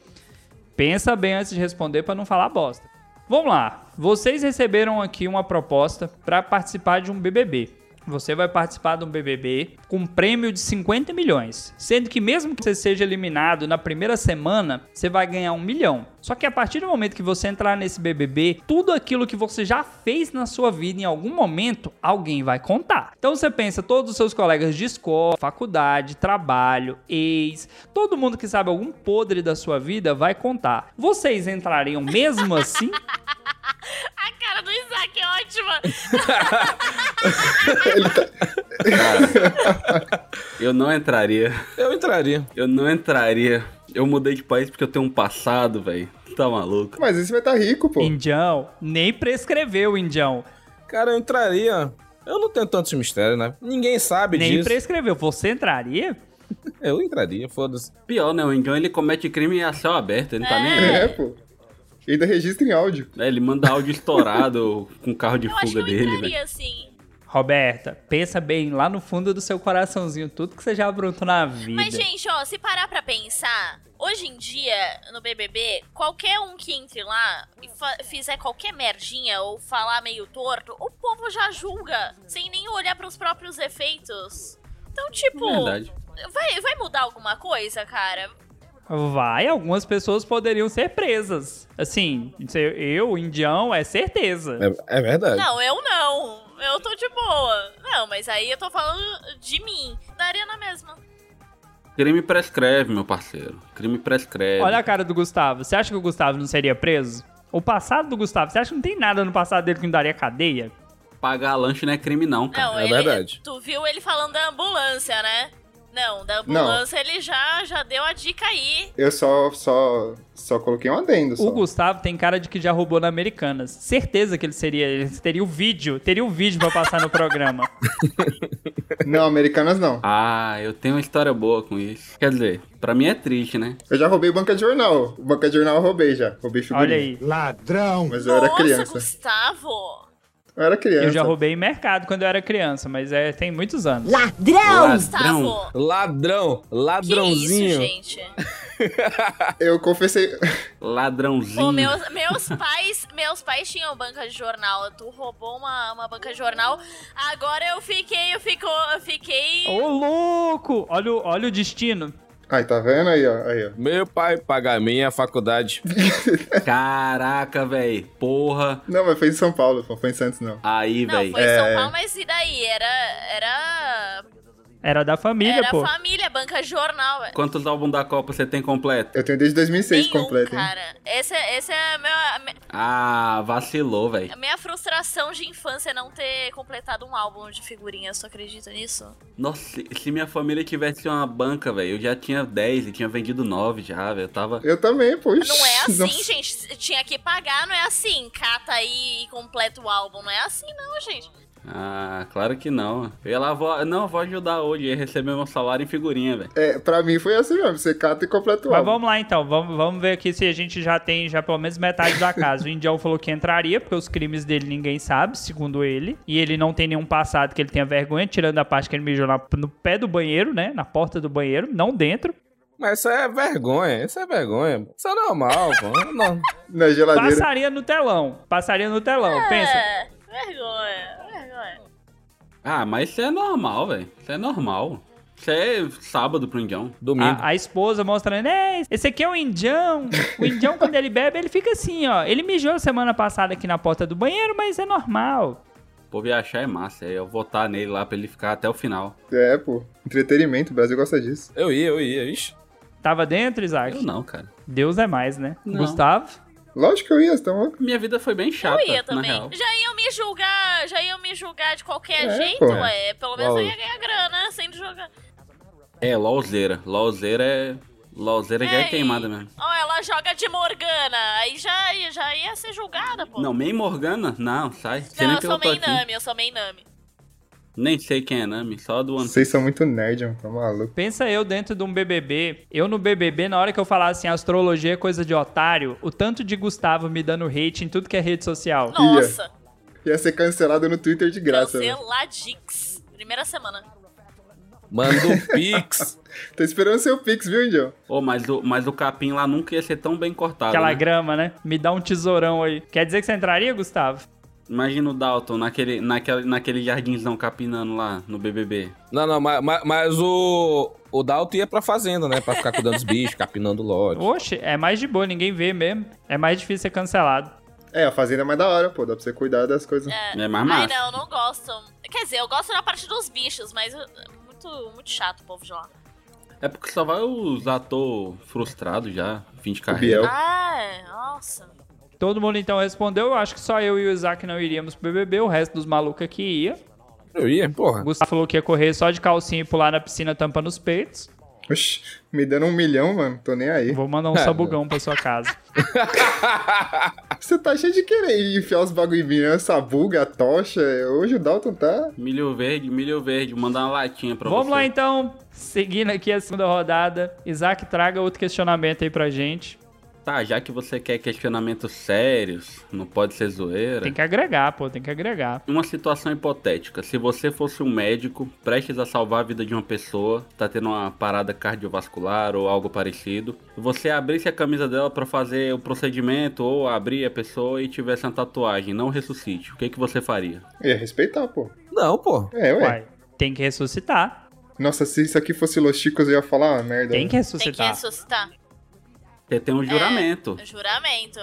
Speaker 1: Pensa bem antes de responder para não falar bosta. Vamos lá. Vocês receberam aqui uma proposta para participar de um BBB. Você vai participar de um BBB com um prêmio de 50 milhões. Sendo que mesmo que você seja eliminado na primeira semana, você vai ganhar um milhão. Só que a partir do momento que você entrar nesse BBB, tudo aquilo que você já fez na sua vida em algum momento, alguém vai contar. Então você pensa, todos os seus colegas de escola, faculdade, trabalho, ex, todo mundo que sabe algum podre da sua vida vai contar. Vocês entrariam mesmo assim?
Speaker 6: A cara do Isaac é ótima.
Speaker 7: Eu não entraria.
Speaker 4: Eu entraria.
Speaker 7: Eu não entraria. Eu mudei de país porque eu tenho um passado, velho. Tá maluco?
Speaker 5: Mas aí você vai estar rico, pô.
Speaker 1: Indião, nem prescreveu, Indião.
Speaker 4: Cara, eu entraria. Eu não tenho tantos mistérios, né? Ninguém sabe
Speaker 1: Nem
Speaker 4: disso.
Speaker 1: prescreveu. Você entraria?
Speaker 4: Eu entraria, foda-se.
Speaker 7: Pior, né? O Indião ele comete crime a céu aberto, ele não tá nem aí.
Speaker 5: É, pô. E ainda registra em áudio.
Speaker 7: É, ele manda áudio estourado com o carro de
Speaker 6: Eu acho que
Speaker 7: fuga
Speaker 6: eu
Speaker 7: dele, né? velho.
Speaker 6: entraria, assim. sim.
Speaker 1: Roberta, pensa bem lá no fundo do seu coraçãozinho tudo que você já aprontou na vida.
Speaker 6: Mas, gente, ó, se parar pra pensar, hoje em dia, no BBB, qualquer um que entre lá e fa- fizer qualquer merdinha ou falar meio torto, o povo já julga, sem nem olhar pros próprios efeitos. Então, tipo,
Speaker 7: É Verdade.
Speaker 6: vai, vai mudar alguma coisa, cara?
Speaker 1: Vai, algumas pessoas poderiam ser presas. Assim, isso eu- eu, Indião, é certeza.
Speaker 4: É, é verdade.
Speaker 6: Não, eu não. Eu tô de boa. Não, mas aí eu tô falando de mim. Da arena mesmo.
Speaker 7: Crime prescreve, meu parceiro. Crime
Speaker 5: é.
Speaker 7: prescreve.
Speaker 1: Olha a cara do Gustavo. Você acha que o Gustavo não seria preso? O passado do Gustavo, você acha que não tem nada no passado dele que não daria cadeia?
Speaker 7: Pagar lanche não é crime, não, cara.
Speaker 6: Não,
Speaker 4: É
Speaker 6: ele,
Speaker 4: verdade.
Speaker 6: Tu viu ele falando da ambulância, né? Não, da ambulância ele já, já deu a dica aí.
Speaker 5: Eu só, só, só coloquei um adendo. Só.
Speaker 1: O Gustavo tem cara de que já roubou na Americanas. Certeza que ele seria. Ele teria o vídeo. Teria o vídeo pra passar no programa.
Speaker 5: Não, Americanas não.
Speaker 7: Ah, eu tenho uma história boa com isso. Quer dizer, pra mim é triste, né?
Speaker 5: Eu já roubei banca de jornal. Banca de jornal eu roubei já. Roubei figurinha.
Speaker 1: Olha aí.
Speaker 5: Mas eu era
Speaker 6: Nossa,
Speaker 5: criança.
Speaker 6: Gustavo!
Speaker 5: Eu era criança.
Speaker 1: Eu já roubei em mercado quando eu era criança, mas é, tem muitos anos.
Speaker 5: É, um
Speaker 7: Ladrão.
Speaker 6: Gustavo!
Speaker 4: Ladrão,
Speaker 6: Que isso,
Speaker 4: ladrãozinho.
Speaker 6: gente?
Speaker 5: Eu confessei.
Speaker 6: Pô,
Speaker 7: Ladrãozinho.
Speaker 6: meus, meus pais meus pais tinham banca de jornal. Tu roubou uma, uma banca de jornal. Agora eu fiquei, eu fico, eu fiquei.
Speaker 1: Ô, louco! Olha o, olha o destino.
Speaker 5: Ai, tá vendo aí, ó. Aí, ó.
Speaker 4: Meu pai paga minha faculdade.
Speaker 7: Caraca, velho. Porra.
Speaker 5: Não, mas foi em São Paulo, pô. Foi em Santos, não.
Speaker 7: Aí,
Speaker 6: Não,
Speaker 7: velho.
Speaker 6: foi em São Paulo, mas e daí? Era. Era.
Speaker 1: Era da família,
Speaker 6: Era
Speaker 1: pô.
Speaker 6: família, banca jornal, velho.
Speaker 7: Quantos álbuns da Copa você tem completo?
Speaker 5: Eu tenho desde 2006
Speaker 6: Nenhum,
Speaker 5: completo, hein?
Speaker 6: cara. Essa, essa é a minha, a minha-
Speaker 7: Ah, vacilou, velho.
Speaker 6: a minha frustração de infância é não ter completado um álbum de figurinhas. Tu acredita nisso?
Speaker 7: Nossa, se- se minha família tivesse uma banca, velho, eu já tinha 10 e tinha vendido 9 já, velho. Eu tava.
Speaker 5: Eu também, poxa.
Speaker 6: Não é assim,
Speaker 5: Nossa.
Speaker 6: gente. Tinha que pagar, não é assim. Cata aí e completa o álbum. Não é assim, não, gente.
Speaker 7: Ah, claro que não. Eu ia lá, vou... não, vou ajudar hoje. Ia receber meu salário em figurinha, velho.
Speaker 5: É, pra mim foi assim mesmo, você cata e completa o
Speaker 1: Mas
Speaker 5: álbum.
Speaker 1: vamos lá então, vamos, vamos ver aqui se a gente já tem já pelo menos metade da casa. O Indião falou que entraria, porque os crimes dele ninguém sabe, segundo ele. E ele não tem nenhum passado que ele tenha vergonha, tirando a parte que ele mijou na- no pé do banheiro, né? Na porta do banheiro, não dentro.
Speaker 4: Mas isso é vergonha, isso é vergonha. Isso é normal, pô. Não,
Speaker 5: Na geladeira.
Speaker 1: Passaria no telão. Passaria no telão, pensa.
Speaker 6: É, vergonha, vergonha.
Speaker 7: Ah, mas isso é normal, velho. Isso é normal. Isso é sábado pro Indião.
Speaker 4: domingo.
Speaker 1: A, a esposa mostrando, é, esse aqui é o Indião. O Indião, quando ele bebe, ele fica assim, ó. Ele mijou semana passada aqui na porta do banheiro, mas é normal.
Speaker 7: O povo ia achar é massa. aí Eu votar nele lá pra ele ficar até o final.
Speaker 5: É, pô. Entretenimento, o Brasil gosta disso.
Speaker 4: Eu ia, eu ia, ixi.
Speaker 1: Tava dentro,
Speaker 7: Eu
Speaker 1: Isaac?
Speaker 7: não, cara.
Speaker 1: Deus é mais, né?
Speaker 7: Não.
Speaker 1: Gustavo?
Speaker 5: Lógico que eu ia, você tá louco?
Speaker 7: Minha vida foi bem
Speaker 6: Eu
Speaker 7: chata.
Speaker 6: ia
Speaker 7: Na
Speaker 6: também.
Speaker 7: real.
Speaker 6: Já iam me julgar, já iam me julgar de qualquer
Speaker 5: É,
Speaker 6: jeito,
Speaker 5: pô.
Speaker 6: ué. Pelo menos eu
Speaker 4: Uau.
Speaker 6: ia ganhar grana sem jogar.
Speaker 7: É, LOLzeira. LOLzeira é. LOLzeira já é
Speaker 6: Ei.
Speaker 7: queimada mesmo.
Speaker 6: Ó, ela joga de Morgana, aí já, já ia ser julgada, pô.
Speaker 7: Não, Mei Morgana? Não, sai. Você
Speaker 6: Não,
Speaker 7: nem
Speaker 6: eu sou
Speaker 7: perguntou
Speaker 6: main
Speaker 7: aqui.
Speaker 6: Nami, eu sou main Nami.
Speaker 7: Nem sei quem é Nami, só do One Piece.
Speaker 5: Vocês são muito nerd, mano, tá maluco.
Speaker 1: Pensa eu dentro de um BBB. Eu no BBB, na hora que eu falar assim, astrologia é coisa de otário, o tanto de Gustavo me dando hate em tudo que é rede social.
Speaker 6: Nossa,
Speaker 5: Ia ser cancelado no Twitter de graça, né? velho.
Speaker 6: canceladix. Primeira semana.
Speaker 7: Tá
Speaker 4: Manda o Pix.
Speaker 5: Tô esperando seu Pix, viu, Indião?
Speaker 7: Ô, mas, o, mas o capim lá nunca ia ser tão bem cortado.
Speaker 1: Aquela
Speaker 7: né?
Speaker 1: grama, né? Me dá um tesourão aí. Quer dizer que você entraria, Gustavo?
Speaker 7: Imagina o Dalton naquele, naquele, naquele jardinzão capinando lá no BBB.
Speaker 4: Não, não, mas, mas- mas o. O Dalton ia pra fazenda, né? Pra ficar cuidando dos bichos, capinando lote.
Speaker 1: Oxe, é mais de boa, ninguém vê mesmo. É mais difícil ser cancelado.
Speaker 5: É, a fazenda é mais da hora, pô. Dá pra você cuidar das coisas.
Speaker 7: É mais
Speaker 6: Ai,
Speaker 7: massa.
Speaker 6: não, não gosto. Quer dizer, eu gosto na parte dos bichos, mas eu- é muito, muito chato o povo de lá.
Speaker 7: É porque só vai os ator frustrado já, fim de
Speaker 5: O
Speaker 7: carreira.
Speaker 5: Biel.
Speaker 6: Ah, nossa.
Speaker 1: Todo mundo então respondeu. Eu acho que só eu e o Isaac não iríamos pro BBB, o resto dos malucos aqui ia.
Speaker 4: Eu ia,
Speaker 1: O
Speaker 4: porra.
Speaker 1: Gustavo falou que ia correr só de calcinha e pular na piscina tampando os peitos.
Speaker 5: Oxi, me dando um milhão, mano. Tô nem aí.
Speaker 1: Vou mandar um
Speaker 4: É,
Speaker 1: sabugão pra sua casa.
Speaker 5: Você tá cheio de querer enfiar os bagulho em mim, né? Essa buga, a tocha. Hoje o Dalton tá.
Speaker 7: Milho verde, milho verde, mandar uma latinha pra
Speaker 1: Vamos
Speaker 7: você.
Speaker 1: lá então, seguindo aqui a segunda rodada. Isaac, traga outro questionamento aí pra gente.
Speaker 7: Tá, já que você quer questionamentos sérios, não pode ser zoeira.
Speaker 1: Tem que agregar, pô, tem que agregar.
Speaker 7: Uma situação hipotética, se você fosse um médico prestes a salvar a vida de uma pessoa, tá tendo uma parada cardiovascular ou algo parecido, você abrisse a camisa dela pra fazer o procedimento ou abrir a pessoa e tivesse uma tatuagem, não ressuscite, o que que você faria?
Speaker 5: Ia respeitar, pô.
Speaker 4: Não, pô.
Speaker 5: É, ué.
Speaker 1: Uai, tem que ressuscitar.
Speaker 5: Nossa, se isso aqui fosse Los Chicos, eu ia falar uma merda.
Speaker 1: Tem
Speaker 5: né?
Speaker 1: que
Speaker 6: Tem que
Speaker 1: ressuscitar.
Speaker 6: ressuscitar. É
Speaker 7: Você tem um juramento.
Speaker 6: Juramento.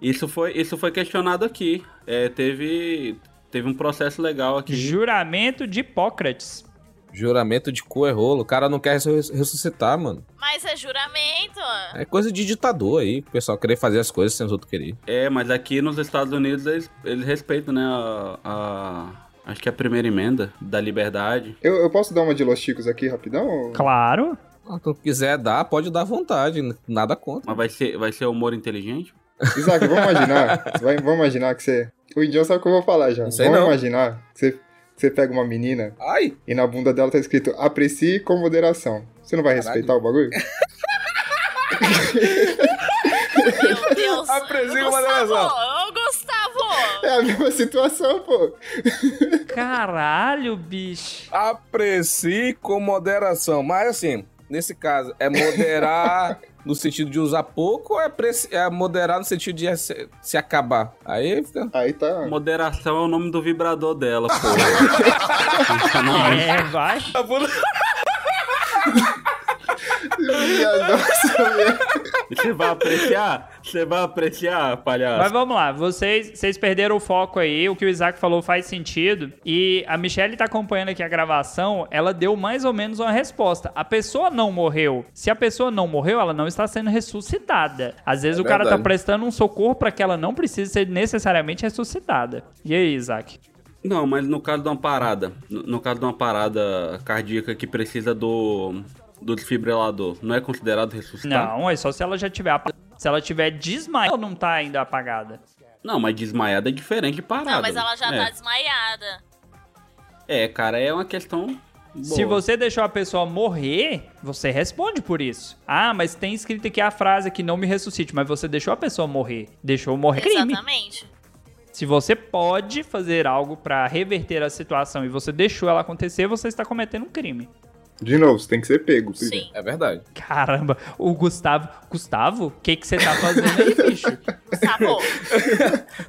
Speaker 7: Isso foi, isso foi questionado aqui. É, teve, teve um processo legal aqui.
Speaker 1: Juramento de Hipócrates.
Speaker 4: Juramento de cu é rolo. O cara não quer ressu- ressuscitar, mano.
Speaker 6: Mas é juramento.
Speaker 4: É coisa de ditador aí. O pessoal querer fazer as coisas sem os outros querer.
Speaker 7: É, mas aqui nos Estados Unidos eles, eles respeitam, né, a, a- Acho que é a primeira emenda da liberdade.
Speaker 5: Eu, eu posso dar uma de Los Chicos aqui rapidão? ou-
Speaker 1: Claro.
Speaker 4: Ah, Quando quiser dar, pode dar à vontade. n- Nada contra.
Speaker 7: Mas vai ser, vai ser humor inteligente?
Speaker 5: Isaac, vamos imaginar. vai- vamos imaginar que você. O Indião sabe o que eu vou falar já.
Speaker 4: Não sei
Speaker 5: vamos
Speaker 4: não.
Speaker 5: imaginar que você, que você pega uma menina
Speaker 4: Ai!
Speaker 5: e na bunda dela tá escrito aprecie com moderação. Você não vai
Speaker 4: Caralho.
Speaker 5: respeitar o bagulho?
Speaker 6: Meu Deus.
Speaker 4: Apresenta uma
Speaker 6: Gustavo,
Speaker 4: lesão.
Speaker 6: ô Gustavo.
Speaker 5: É a mesma situação, pô.
Speaker 1: Caralho, bicho.
Speaker 4: Aprecie com moderação. Mas assim, nesse caso, é moderar no sentido de usar pouco ou é, apreci- é moderar no sentido de se, se acabar? Aí fica.
Speaker 5: Aí tá.
Speaker 7: Moderação é o nome do vibrador dela, pô.
Speaker 1: É, vai.
Speaker 5: Minha nossa, velho.
Speaker 7: Você vai apreciar? Você vai apreciar, palhaço.
Speaker 1: Mas vamos lá, vocês, vocês perderam o foco aí, o que o Isaac falou faz sentido. E a Michelle tá acompanhando aqui a gravação, ela deu mais ou menos uma resposta. A pessoa não morreu. Se a pessoa não morreu, ela não está sendo ressuscitada. Às vezes
Speaker 4: É
Speaker 1: o cara tá
Speaker 4: verdade.
Speaker 1: prestando um socorro pra que ela não precise ser necessariamente ressuscitada. E aí, Isaac?
Speaker 7: Não, mas no caso de uma parada, no, no caso de uma parada cardíaca que precisa do, do desfibrilador, não é considerado
Speaker 4: Tá.
Speaker 7: ressuscitar?
Speaker 1: Não, é só se ela já tiver apa- Se ela tiver desmaiada, ela não tá ainda apagada.
Speaker 7: Não, mas desmaiada é diferente de parada.
Speaker 6: Não, mas ela já
Speaker 7: é.
Speaker 6: tá desmaiada.
Speaker 7: É, cara, é uma questão. boa.
Speaker 1: Se você deixou a pessoa morrer, você responde por isso. Ah, mas tem escrito aqui a frase que não me ressuscite, mas você deixou a pessoa morrer. Deixou morrer é crime.
Speaker 6: Exatamente.
Speaker 1: Se você pode fazer algo pra reverter a situação e você deixou ela acontecer, você está cometendo um crime.
Speaker 5: De novo, você tem que ser pego. primeiro.
Speaker 6: Sim.
Speaker 4: É verdade.
Speaker 1: Caramba, o Gustavo. Gustavo, o que que você tá fazendo aí, bicho?
Speaker 6: Sabor.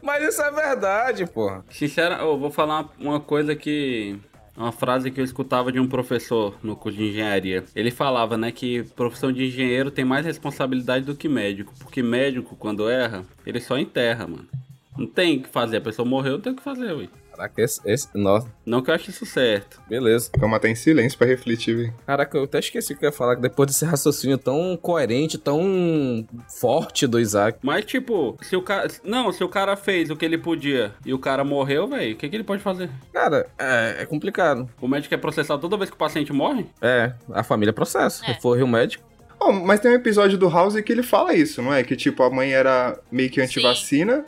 Speaker 4: Mas isso é verdade, porra.
Speaker 7: Sincera, eu vou falar uma coisa que. Uma frase que eu escutava de um professor no curso de engenharia. Ele falava, né, que profissão de engenheiro tem mais responsabilidade do que médico. Porque médico, quando erra, ele só enterra, mano. Não tem o que fazer. A pessoa morreu, não tem o que fazer, ui.
Speaker 4: Caraca, esse. esse nossa,
Speaker 7: Não que eu ache isso certo.
Speaker 4: beleza.
Speaker 5: Vamos até em silêncio pra refletir, velho.
Speaker 4: Caraca, eu até esqueci o que eu ia falar que depois desse raciocínio tão coerente, tão forte do Isaac.
Speaker 7: Mas, tipo, se o cara. Não, se o cara fez o que ele podia e o cara morreu, velho, o que, que ele pode fazer?
Speaker 4: Cara, é, é complicado.
Speaker 7: O médico é processado toda vez que o paciente morre?
Speaker 4: É, a família processa.
Speaker 6: É.
Speaker 4: Se for o médico.
Speaker 5: Oh, mas tem um episódio do House que ele fala isso, não é? Que tipo, a mãe era meio que antivacina,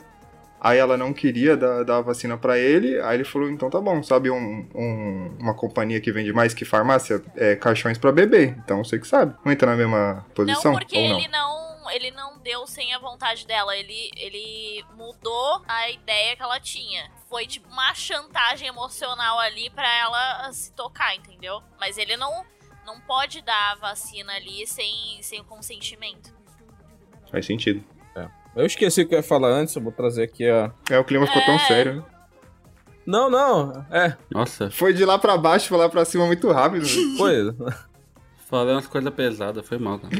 Speaker 5: aí ela não queria dar, dar a vacina pra ele, aí ele falou, então tá bom, sabe um, um- uma companhia que vende mais que farmácia? É, caixões pra bebê, então você que sabe. Não entra na mesma
Speaker 6: Não,
Speaker 5: posição?
Speaker 6: porque
Speaker 5: ou não?
Speaker 6: ele não ele não deu sem a vontade dela. Ele, ele mudou a ideia que ela tinha. Foi tipo uma chantagem emocional ali pra ela se tocar, entendeu? Mas ele não não pode dar a vacina ali sem, sem o consentimento.
Speaker 5: Faz sentido.
Speaker 4: Eu esqueci o que eu ia falar antes, eu vou trazer aqui a.
Speaker 5: É, o clima ficou tão
Speaker 6: É.
Speaker 5: sério. né?
Speaker 4: Não, não. É,
Speaker 7: Nossa,
Speaker 5: Foi de lá pra baixo, foi lá pra cima muito rápido. velho.
Speaker 4: coisa.
Speaker 7: falei umas coisas pesadas, foi mal, cara.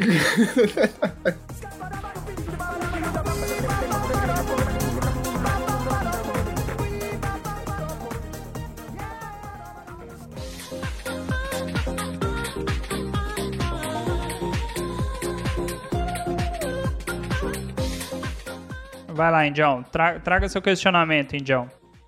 Speaker 1: Vai lá, Indião. Tra- traga seu questionamento, Indião.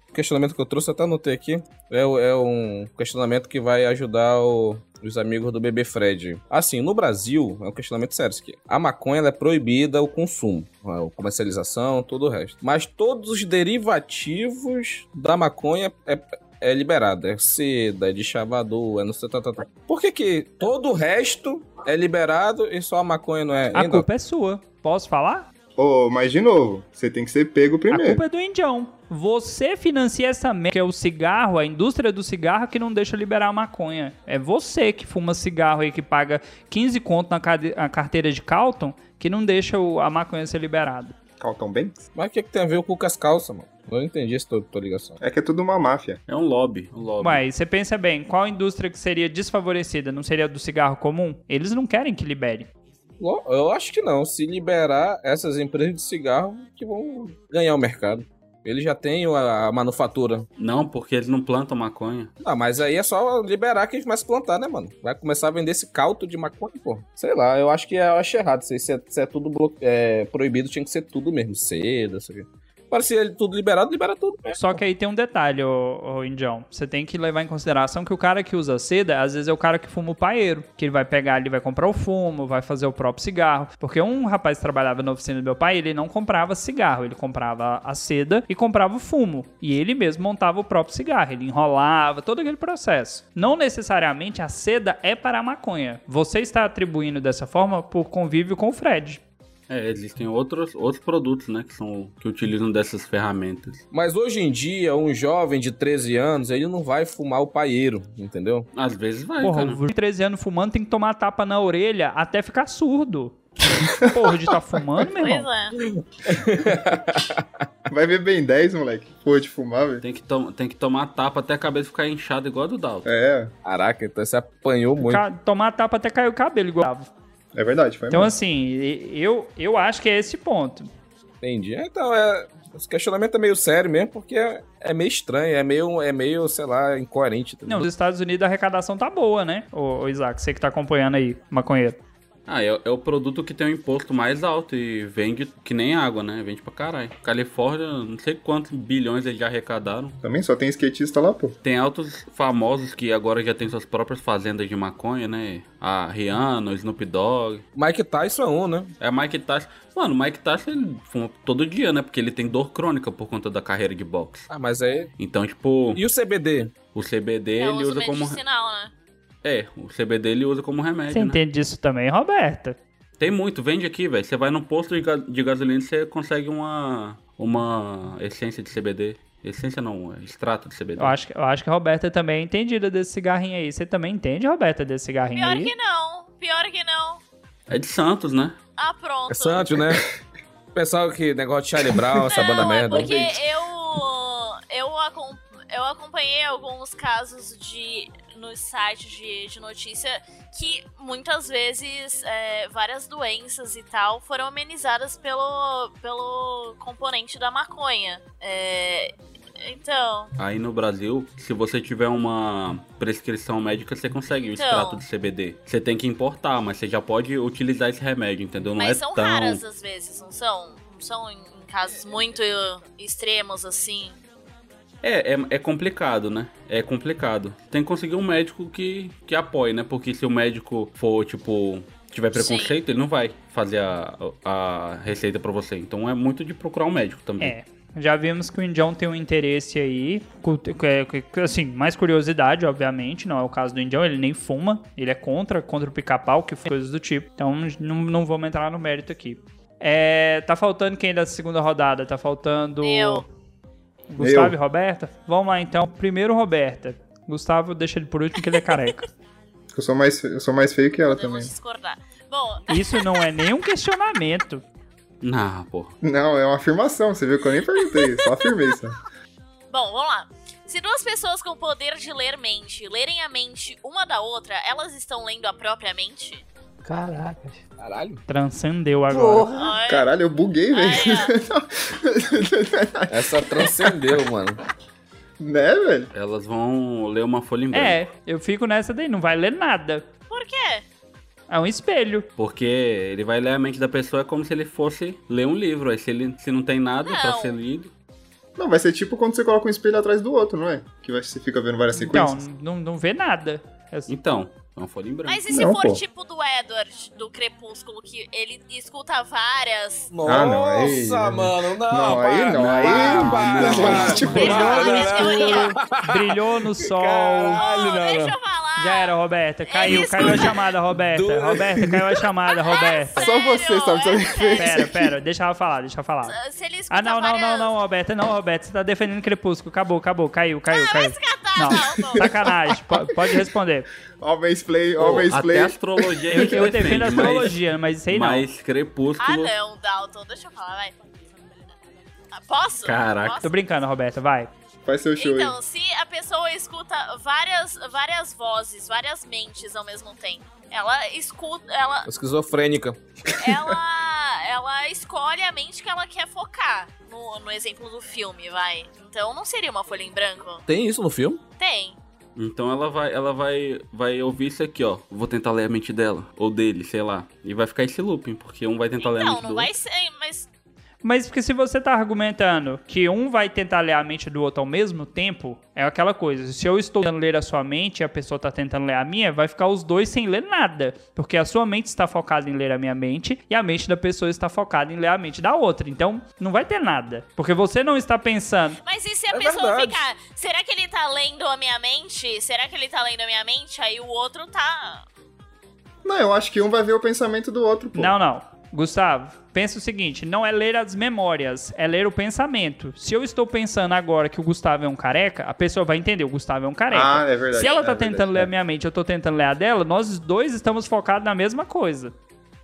Speaker 4: O questionamento que eu trouxe, eu até anotei aqui, é, o- é um questionamento que vai ajudar o- os amigos do bebê Fred. Assim, no Brasil, é um questionamento sério isso aqui. A maconha ela é proibida o consumo, a comercialização, todo o resto. Mas todos os derivativos da maconha é, é liberado. É seda, é de chavador, é não sei... Tá, tá, tá. Por que que todo o resto é liberado e só a maconha não é?
Speaker 1: A
Speaker 4: Hein, Doc?
Speaker 1: culpa é sua. Posso falar?
Speaker 5: Ô, mas de novo, você tem que ser pego
Speaker 1: A
Speaker 5: primeiro.
Speaker 1: culpa é do Indião. Você financia essa merda, que é o cigarro, a indústria do cigarro que não deixa liberar a maconha. É você que fuma cigarro aí, que paga 15 conto na cade- a carteira de Calton, que não deixa o- a maconha ser liberada.
Speaker 5: Calton bem?
Speaker 4: Mas o que, que tem a ver com as calças, mano? Eu não entendi essa tua, tua ligação.
Speaker 5: É que é tudo uma máfia.
Speaker 7: É um lobby, um lobby.
Speaker 1: Mas você pensa bem, qual indústria que seria desfavorecida? Não seria a do cigarro comum? Eles não querem que libere.
Speaker 4: Lo- Eu acho que não. Se liberar essas empresas de cigarro que vão ganhar o mercado. Eles já têm a, a manufatura.
Speaker 7: Não, porque eles não plantam maconha.
Speaker 4: Ah, mas aí é só liberar que a gente começa a plantar, né, mano? Vai começar a vender esse caldo de maconha, pô. Sei lá, eu acho que é, eu acho errado. Se, se, é, se é tudo blo- é, proibido, tinha que ser tudo mesmo. Seda, isso aqui. Agora, se é tudo liberado, libera tudo. mesmo.
Speaker 1: Só que aí tem um detalhe, ô, ô Indião. Você tem que levar em consideração que o cara que usa seda, às vezes é o cara que fuma o paeiro. Que ele vai pegar ali, vai comprar o fumo, vai fazer o próprio cigarro. Porque um rapaz que trabalhava na oficina do meu pai, ele não comprava cigarro. Ele comprava a seda e comprava o fumo. E ele mesmo montava o próprio cigarro. Ele enrolava, todo aquele processo. Não necessariamente a seda é para a maconha. Você está atribuindo dessa forma por convívio com o Fred.
Speaker 7: É, existem outros, outros produtos, né, que, são, que utilizam dessas ferramentas.
Speaker 4: Mas hoje em dia, um jovem de 13 anos, ele não vai fumar o paieiro, entendeu?
Speaker 7: Às vezes vai,
Speaker 1: Porra,
Speaker 7: cara.
Speaker 1: o de 13 anos fumando tem que tomar tapa na orelha até ficar surdo. Porra, de tá fumando, meu
Speaker 6: Pois
Speaker 1: irmão?
Speaker 6: é.
Speaker 5: Vai ver bem 10, moleque. Pô, de fumar, velho.
Speaker 7: Tem que, tom- tem que tomar tapa até a cabeça ficar inchada igual a do Dalton.
Speaker 5: É,
Speaker 4: Caraca, então você apanhou muito.
Speaker 1: Ca- tomar tapa até cair o cabelo, igual.
Speaker 5: é verdade, foi
Speaker 1: Então,
Speaker 5: mesmo.
Speaker 1: assim, e- eu, eu acho que é esse ponto.
Speaker 4: Entendi. Então, é, esse questionamento é meio sério mesmo, porque é, é meio estranho, é meio, é meio, sei lá, incoerente. tá
Speaker 1: Não, nos Estados Unidos a arrecadação tá boa, né? Ô, ô, Isaac, você que tá acompanhando aí, maconheiro.
Speaker 7: Ah, é, é o produto que tem o imposto mais alto e vende que nem água, né? Vende pra caralho. Califórnia, não sei quantos bilhões eles já arrecadaram.
Speaker 5: Também só tem skatista lá, pô.
Speaker 7: Tem altos famosos que agora já tem suas próprias fazendas de maconha, né? A Rihanna, o Snoop Dogg.
Speaker 4: Mike Tyson é um, né?
Speaker 7: É Mike Tyson. Mano, o Mike Tyson ele fuma todo dia, né? Porque ele tem dor crônica por conta da carreira de boxe.
Speaker 4: Ah, mas aí.
Speaker 7: Então, tipo,
Speaker 4: E o CBD?
Speaker 7: o CBD
Speaker 6: É o
Speaker 7: ele
Speaker 6: uso
Speaker 7: usa como.
Speaker 6: medicinal, né?
Speaker 7: É, o CBD ele usa como remédio.
Speaker 1: Você
Speaker 7: né?
Speaker 1: entende disso também, Roberta?
Speaker 7: Tem muito, vende aqui, velho. Você vai num posto de, ga- de gasolina e você consegue uma, uma essência de CBD. Essência não, é extrato de CBD.
Speaker 1: Eu acho, que- eu acho que a Roberta também é entendida desse cigarrinho aí. Você também entende, Roberta, desse cigarrinho
Speaker 6: Pior
Speaker 1: aí?
Speaker 6: que não. Pior que não.
Speaker 7: É de Santos, né?
Speaker 6: Ah, pronto.
Speaker 4: É Santos, né? Pessoal que negócio de Charlie Brown, essa banda
Speaker 6: Não, é
Speaker 4: merda.
Speaker 6: porque eu, eu, acom- eu acompanhei alguns casos de nos sites de, de notícia que muitas vezes é, várias doenças e tal foram amenizadas pelo, pelo componente da maconha. É, então,
Speaker 7: Aí no Brasil, se você tiver uma prescrição médica, você consegue o
Speaker 6: Então.
Speaker 7: extrato de CBD. Você tem que importar, mas você já pode utilizar esse remédio, entendeu? Não
Speaker 6: mas
Speaker 7: é
Speaker 6: são
Speaker 7: tão...
Speaker 6: raras às vezes, não são? Não são em, em casos muito extremos assim.
Speaker 7: É, é, é complicado, né? É complicado. Tem que conseguir um médico que, que apoie, né? Porque se o médico for, tipo, tiver preconceito, ele não vai fazer a, a receita pra você. Então é muito de procurar um médico também.
Speaker 1: É. Já vimos que o Indião tem um interesse aí, cu- é, que- que, assim, mais curiosidade, obviamente, não é o caso do Indião, ele nem fuma, ele é contra, contra o pica-pau, que foi coisas do tipo. Então não, não vamos entrar no mérito aqui. É, tá faltando quem da segunda rodada? Tá faltando.
Speaker 6: Eu.
Speaker 1: Gustavo
Speaker 5: Eu.
Speaker 1: e Roberta? Vamos lá então. Primeiro, Roberta. Gustavo, deixa ele por último, que ele é careca.
Speaker 5: Eu sou mais, eu sou mais feio que ela
Speaker 6: Podemos
Speaker 5: também.
Speaker 6: discordar. Bom,
Speaker 1: Isso não é nenhum questionamento.
Speaker 7: Não, pô.
Speaker 5: Não, é uma afirmação, você viu que eu nem perguntei, só afirmei isso.
Speaker 6: Bom, vamos lá. Se duas pessoas com o poder de ler mente lerem a mente uma da outra, elas estão lendo a própria mente?
Speaker 9: Caraca.
Speaker 4: Caralho.
Speaker 1: Transcendeu agora.
Speaker 9: Porra.
Speaker 6: Olha,
Speaker 5: Caralho, eu buguei, velho.
Speaker 4: Essa transcendeu, mano.
Speaker 5: né, velho?
Speaker 7: Elas vão ler uma folha em branco.
Speaker 1: É, eu fico nessa daí, não vai ler nada.
Speaker 6: por quê?
Speaker 1: É um espelho.
Speaker 7: Porque ele vai ler a mente da pessoa é como se ele fosse ler um livro. Aí se, ele, se não tem nada pra
Speaker 6: Não.
Speaker 7: ser lido...
Speaker 5: Não, vai ser tipo quando você coloca um espelho atrás do outro, não é? Que vai- você fica vendo várias
Speaker 1: Então,
Speaker 5: sequências.
Speaker 1: não, não vê nada. É só-
Speaker 7: Então, é uma folha em branco.
Speaker 6: Mas e se
Speaker 5: Não,
Speaker 6: for
Speaker 5: pô.
Speaker 6: tipo do Edward, do Crepúsculo, que ele escuta várias.
Speaker 4: Nossa,
Speaker 5: Ah, não, aí-
Speaker 4: mano, não.
Speaker 5: Não, aí
Speaker 4: para,
Speaker 5: não, aí-
Speaker 4: para,
Speaker 5: não,
Speaker 4: para,
Speaker 5: não,
Speaker 4: para,
Speaker 5: tipo,
Speaker 4: para,
Speaker 6: Deixa eu falar
Speaker 4: para.
Speaker 6: minha teoria.
Speaker 1: Brilhou no sol.
Speaker 4: Caralho,
Speaker 6: Oh,
Speaker 4: não,
Speaker 6: deixa
Speaker 4: não.
Speaker 6: eu falar.
Speaker 1: Já era, Roberta. Caiu,
Speaker 6: Ele
Speaker 1: caiu a
Speaker 6: escuta-
Speaker 1: chamada, Roberta.
Speaker 4: Do-
Speaker 1: Roberta, caiu a chamada, Roberta.
Speaker 5: Só você sabe
Speaker 6: Sério,
Speaker 5: sabe
Speaker 6: é
Speaker 1: Pera, pera, deixa ela falar, deixa ela falar.
Speaker 6: sério. Se ele escuta
Speaker 1: Ah, não, não,
Speaker 6: várias...
Speaker 1: não, não, Roberta, não, Roberta. Você tá defendendo Crepúsculo. Acabou, acabou, caiu, caiu,
Speaker 6: Vai
Speaker 1: caiu.
Speaker 6: se catar,
Speaker 1: Não,
Speaker 6: não, não.
Speaker 1: sacanagem. po- Pode responder.
Speaker 5: Ó, o mansplay, ó, o
Speaker 7: Pô, até
Speaker 5: mansplay.
Speaker 7: astrologia a
Speaker 1: Eu,
Speaker 7: gente
Speaker 1: eu defendo a
Speaker 7: defende,
Speaker 1: astrologia, mas isso aí
Speaker 7: Mas,
Speaker 1: não.
Speaker 7: mas
Speaker 6: Ah,
Speaker 7: crepúsculo...
Speaker 6: não, Dalton, deixa eu falar, vai. Ah, Posso?
Speaker 7: Caraca.
Speaker 6: Posso?
Speaker 1: Tô brincando, Roberta, vai.
Speaker 5: Faz seu show aí.
Speaker 6: Então, se a pessoa escuta várias, várias vozes, várias mentes ao mesmo tempo, ela escuta, ela,
Speaker 4: Esquizofrênica.
Speaker 6: ela, ela escolhe a mente que ela quer focar. No, no exemplo do filme, vai. Então não seria uma folha em branco?
Speaker 4: Tem isso no filme?
Speaker 6: Tem.
Speaker 7: Então ela vai, ela vai, vai ouvir isso aqui, ó. Vou tentar ler a mente dela ou dele, sei lá. E vai ficar esse looping, porque um vai tentar ler a
Speaker 6: Então,
Speaker 7: mente
Speaker 6: não
Speaker 7: do
Speaker 6: vai
Speaker 7: outro.
Speaker 6: ser, mas.
Speaker 1: Mas porque se você tá argumentando que um vai tentar ler a mente do outro ao mesmo tempo, é aquela coisa. Se eu estou tentando ler a sua mente e a pessoa tá tentando ler a minha, vai ficar os dois sem ler nada. Porque a sua mente está focada em ler a minha mente e a mente da pessoa está focada em ler a mente da outra. Então, não vai ter nada. Porque você não está pensando.
Speaker 6: Mas e se a
Speaker 4: É
Speaker 6: pessoa
Speaker 4: verdade.
Speaker 6: ficar. Será que ele tá lendo a minha mente? Será que ele tá lendo a minha mente? Aí o outro tá.
Speaker 5: Não, eu acho que um vai ver o pensamento do outro, pô.
Speaker 1: Não, não. Gustavo, pensa o seguinte: não é ler as memórias, é ler o pensamento. Se eu estou pensando agora que o Gustavo é um careca, a pessoa vai entender: o Gustavo é um careca.
Speaker 5: Ah, é verdade.
Speaker 1: Se ela
Speaker 5: é
Speaker 1: tá
Speaker 5: verdade.
Speaker 1: tentando ler a minha mente, eu tô tentando ler a dela, nós dois estamos focados na mesma coisa.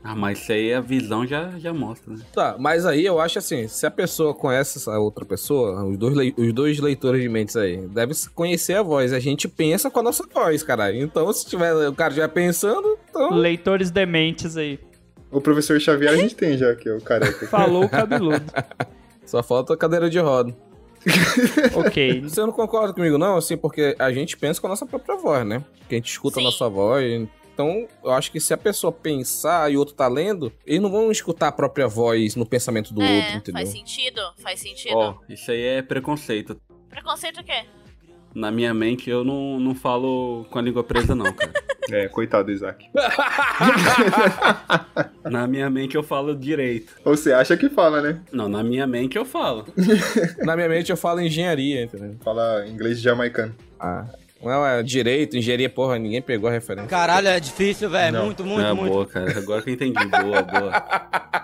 Speaker 7: Ah, mas isso aí a visão já, já mostra, né?
Speaker 4: Tá, mas aí eu acho assim, se a pessoa conhece essa outra pessoa, os dois, lei- os dois leitores de mentes aí, deve se conhecer a voz. A gente pensa com a nossa voz, caralho. Então, se tiver o cara já pensando, então.
Speaker 1: Leitores dementes aí.
Speaker 5: O professor Xavier a gente tem já, que é o careca.
Speaker 1: Falou o cabeludo.
Speaker 4: Só falta cadeira de roda.
Speaker 1: ok.
Speaker 4: Você não concorda comigo, não? Assim, porque a gente pensa com a nossa própria voz, né? Porque a gente escuta
Speaker 6: Sim.
Speaker 4: a nossa voz. Então, eu acho que se a pessoa pensar e o outro tá lendo, eles não vão escutar a própria voz no pensamento do outro,
Speaker 6: É,
Speaker 4: entendeu?
Speaker 6: faz sentido, faz sentido.
Speaker 7: Ó, isso aí é preconceito.
Speaker 6: Preconceito o quê?
Speaker 7: Na minha mente, eu não, não falo com a língua presa, não, cara.
Speaker 5: É, coitado do Isaac.
Speaker 7: na minha mente, eu falo direito.
Speaker 5: Ou você acha que fala, né?
Speaker 7: Não, na minha mente, eu falo.
Speaker 4: Na minha mente, eu falo engenharia, entendeu?
Speaker 5: Fala inglês jamaicano.
Speaker 4: Ah, não é direito, engenharia, porra, ninguém pegou a referência.
Speaker 10: Caralho, é difícil, velho. Muito, muito,
Speaker 7: é,
Speaker 10: muito.
Speaker 7: boa, cara. Agora que eu entendi. Boa, boa.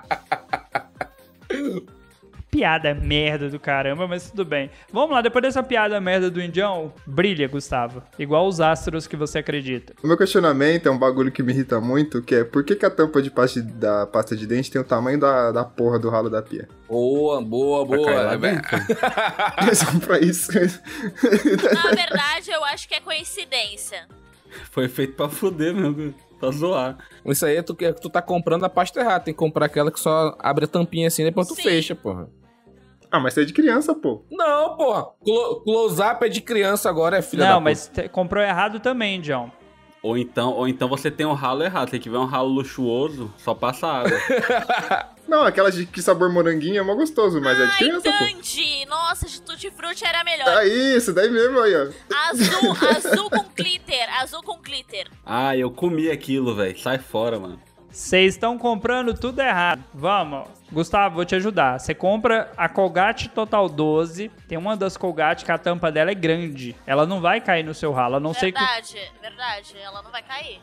Speaker 1: Piada merda do caramba, mas tudo bem. Vamos lá, depois dessa piada merda do Indião, brilha, Gustavo. Igual os astros que você acredita.
Speaker 5: O meu questionamento é um bagulho que me irrita muito, que é por que, que a tampa de pasta, de- da pasta de dente tem o tamanho da, da porra do ralo da pia?
Speaker 4: Boa, boa, boa.
Speaker 7: cair lá
Speaker 4: é, velho.
Speaker 5: É só pra isso.
Speaker 6: Na verdade, eu acho que é coincidência.
Speaker 7: Foi feito pra foder, meu. Pra zoar.
Speaker 4: Isso aí é tu, que tu tá comprando a pasta errada. Tem que comprar aquela que só abre a tampinha assim, depois tu
Speaker 6: Sim.
Speaker 4: fecha, porra.
Speaker 5: ah, mas você é de criança, pô.
Speaker 4: Não, porra. Clo- Close-up é de criança agora, é filha da
Speaker 1: Não,
Speaker 4: puta.
Speaker 1: mas te- comprou errado também, Indião.
Speaker 7: Ou então, ou então você tem um ralo errado. Se tiver um ralo luxuoso, só passa água.
Speaker 5: Não, aquela de que sabor moranguinho é mó gostoso, mas é de
Speaker 6: Ai, então.
Speaker 5: criança, pô.
Speaker 6: Tandy! Nossa, de Tutti Frutti era melhor.
Speaker 5: Aí, isso daí mesmo aí, ó.
Speaker 6: Azul, azul com glitter, azul com glitter.
Speaker 7: ah, eu comi aquilo, velho. Sai fora, mano.
Speaker 1: Vocês estão comprando tudo errado. Vamos. Gustavo, vou te ajudar. Você compra a Colgate Total 12. Tem uma das Colgate que a tampa dela é grande. Ela não vai cair no seu ralo. A não ser que,
Speaker 6: Verdade, verdade. Ela não vai cair.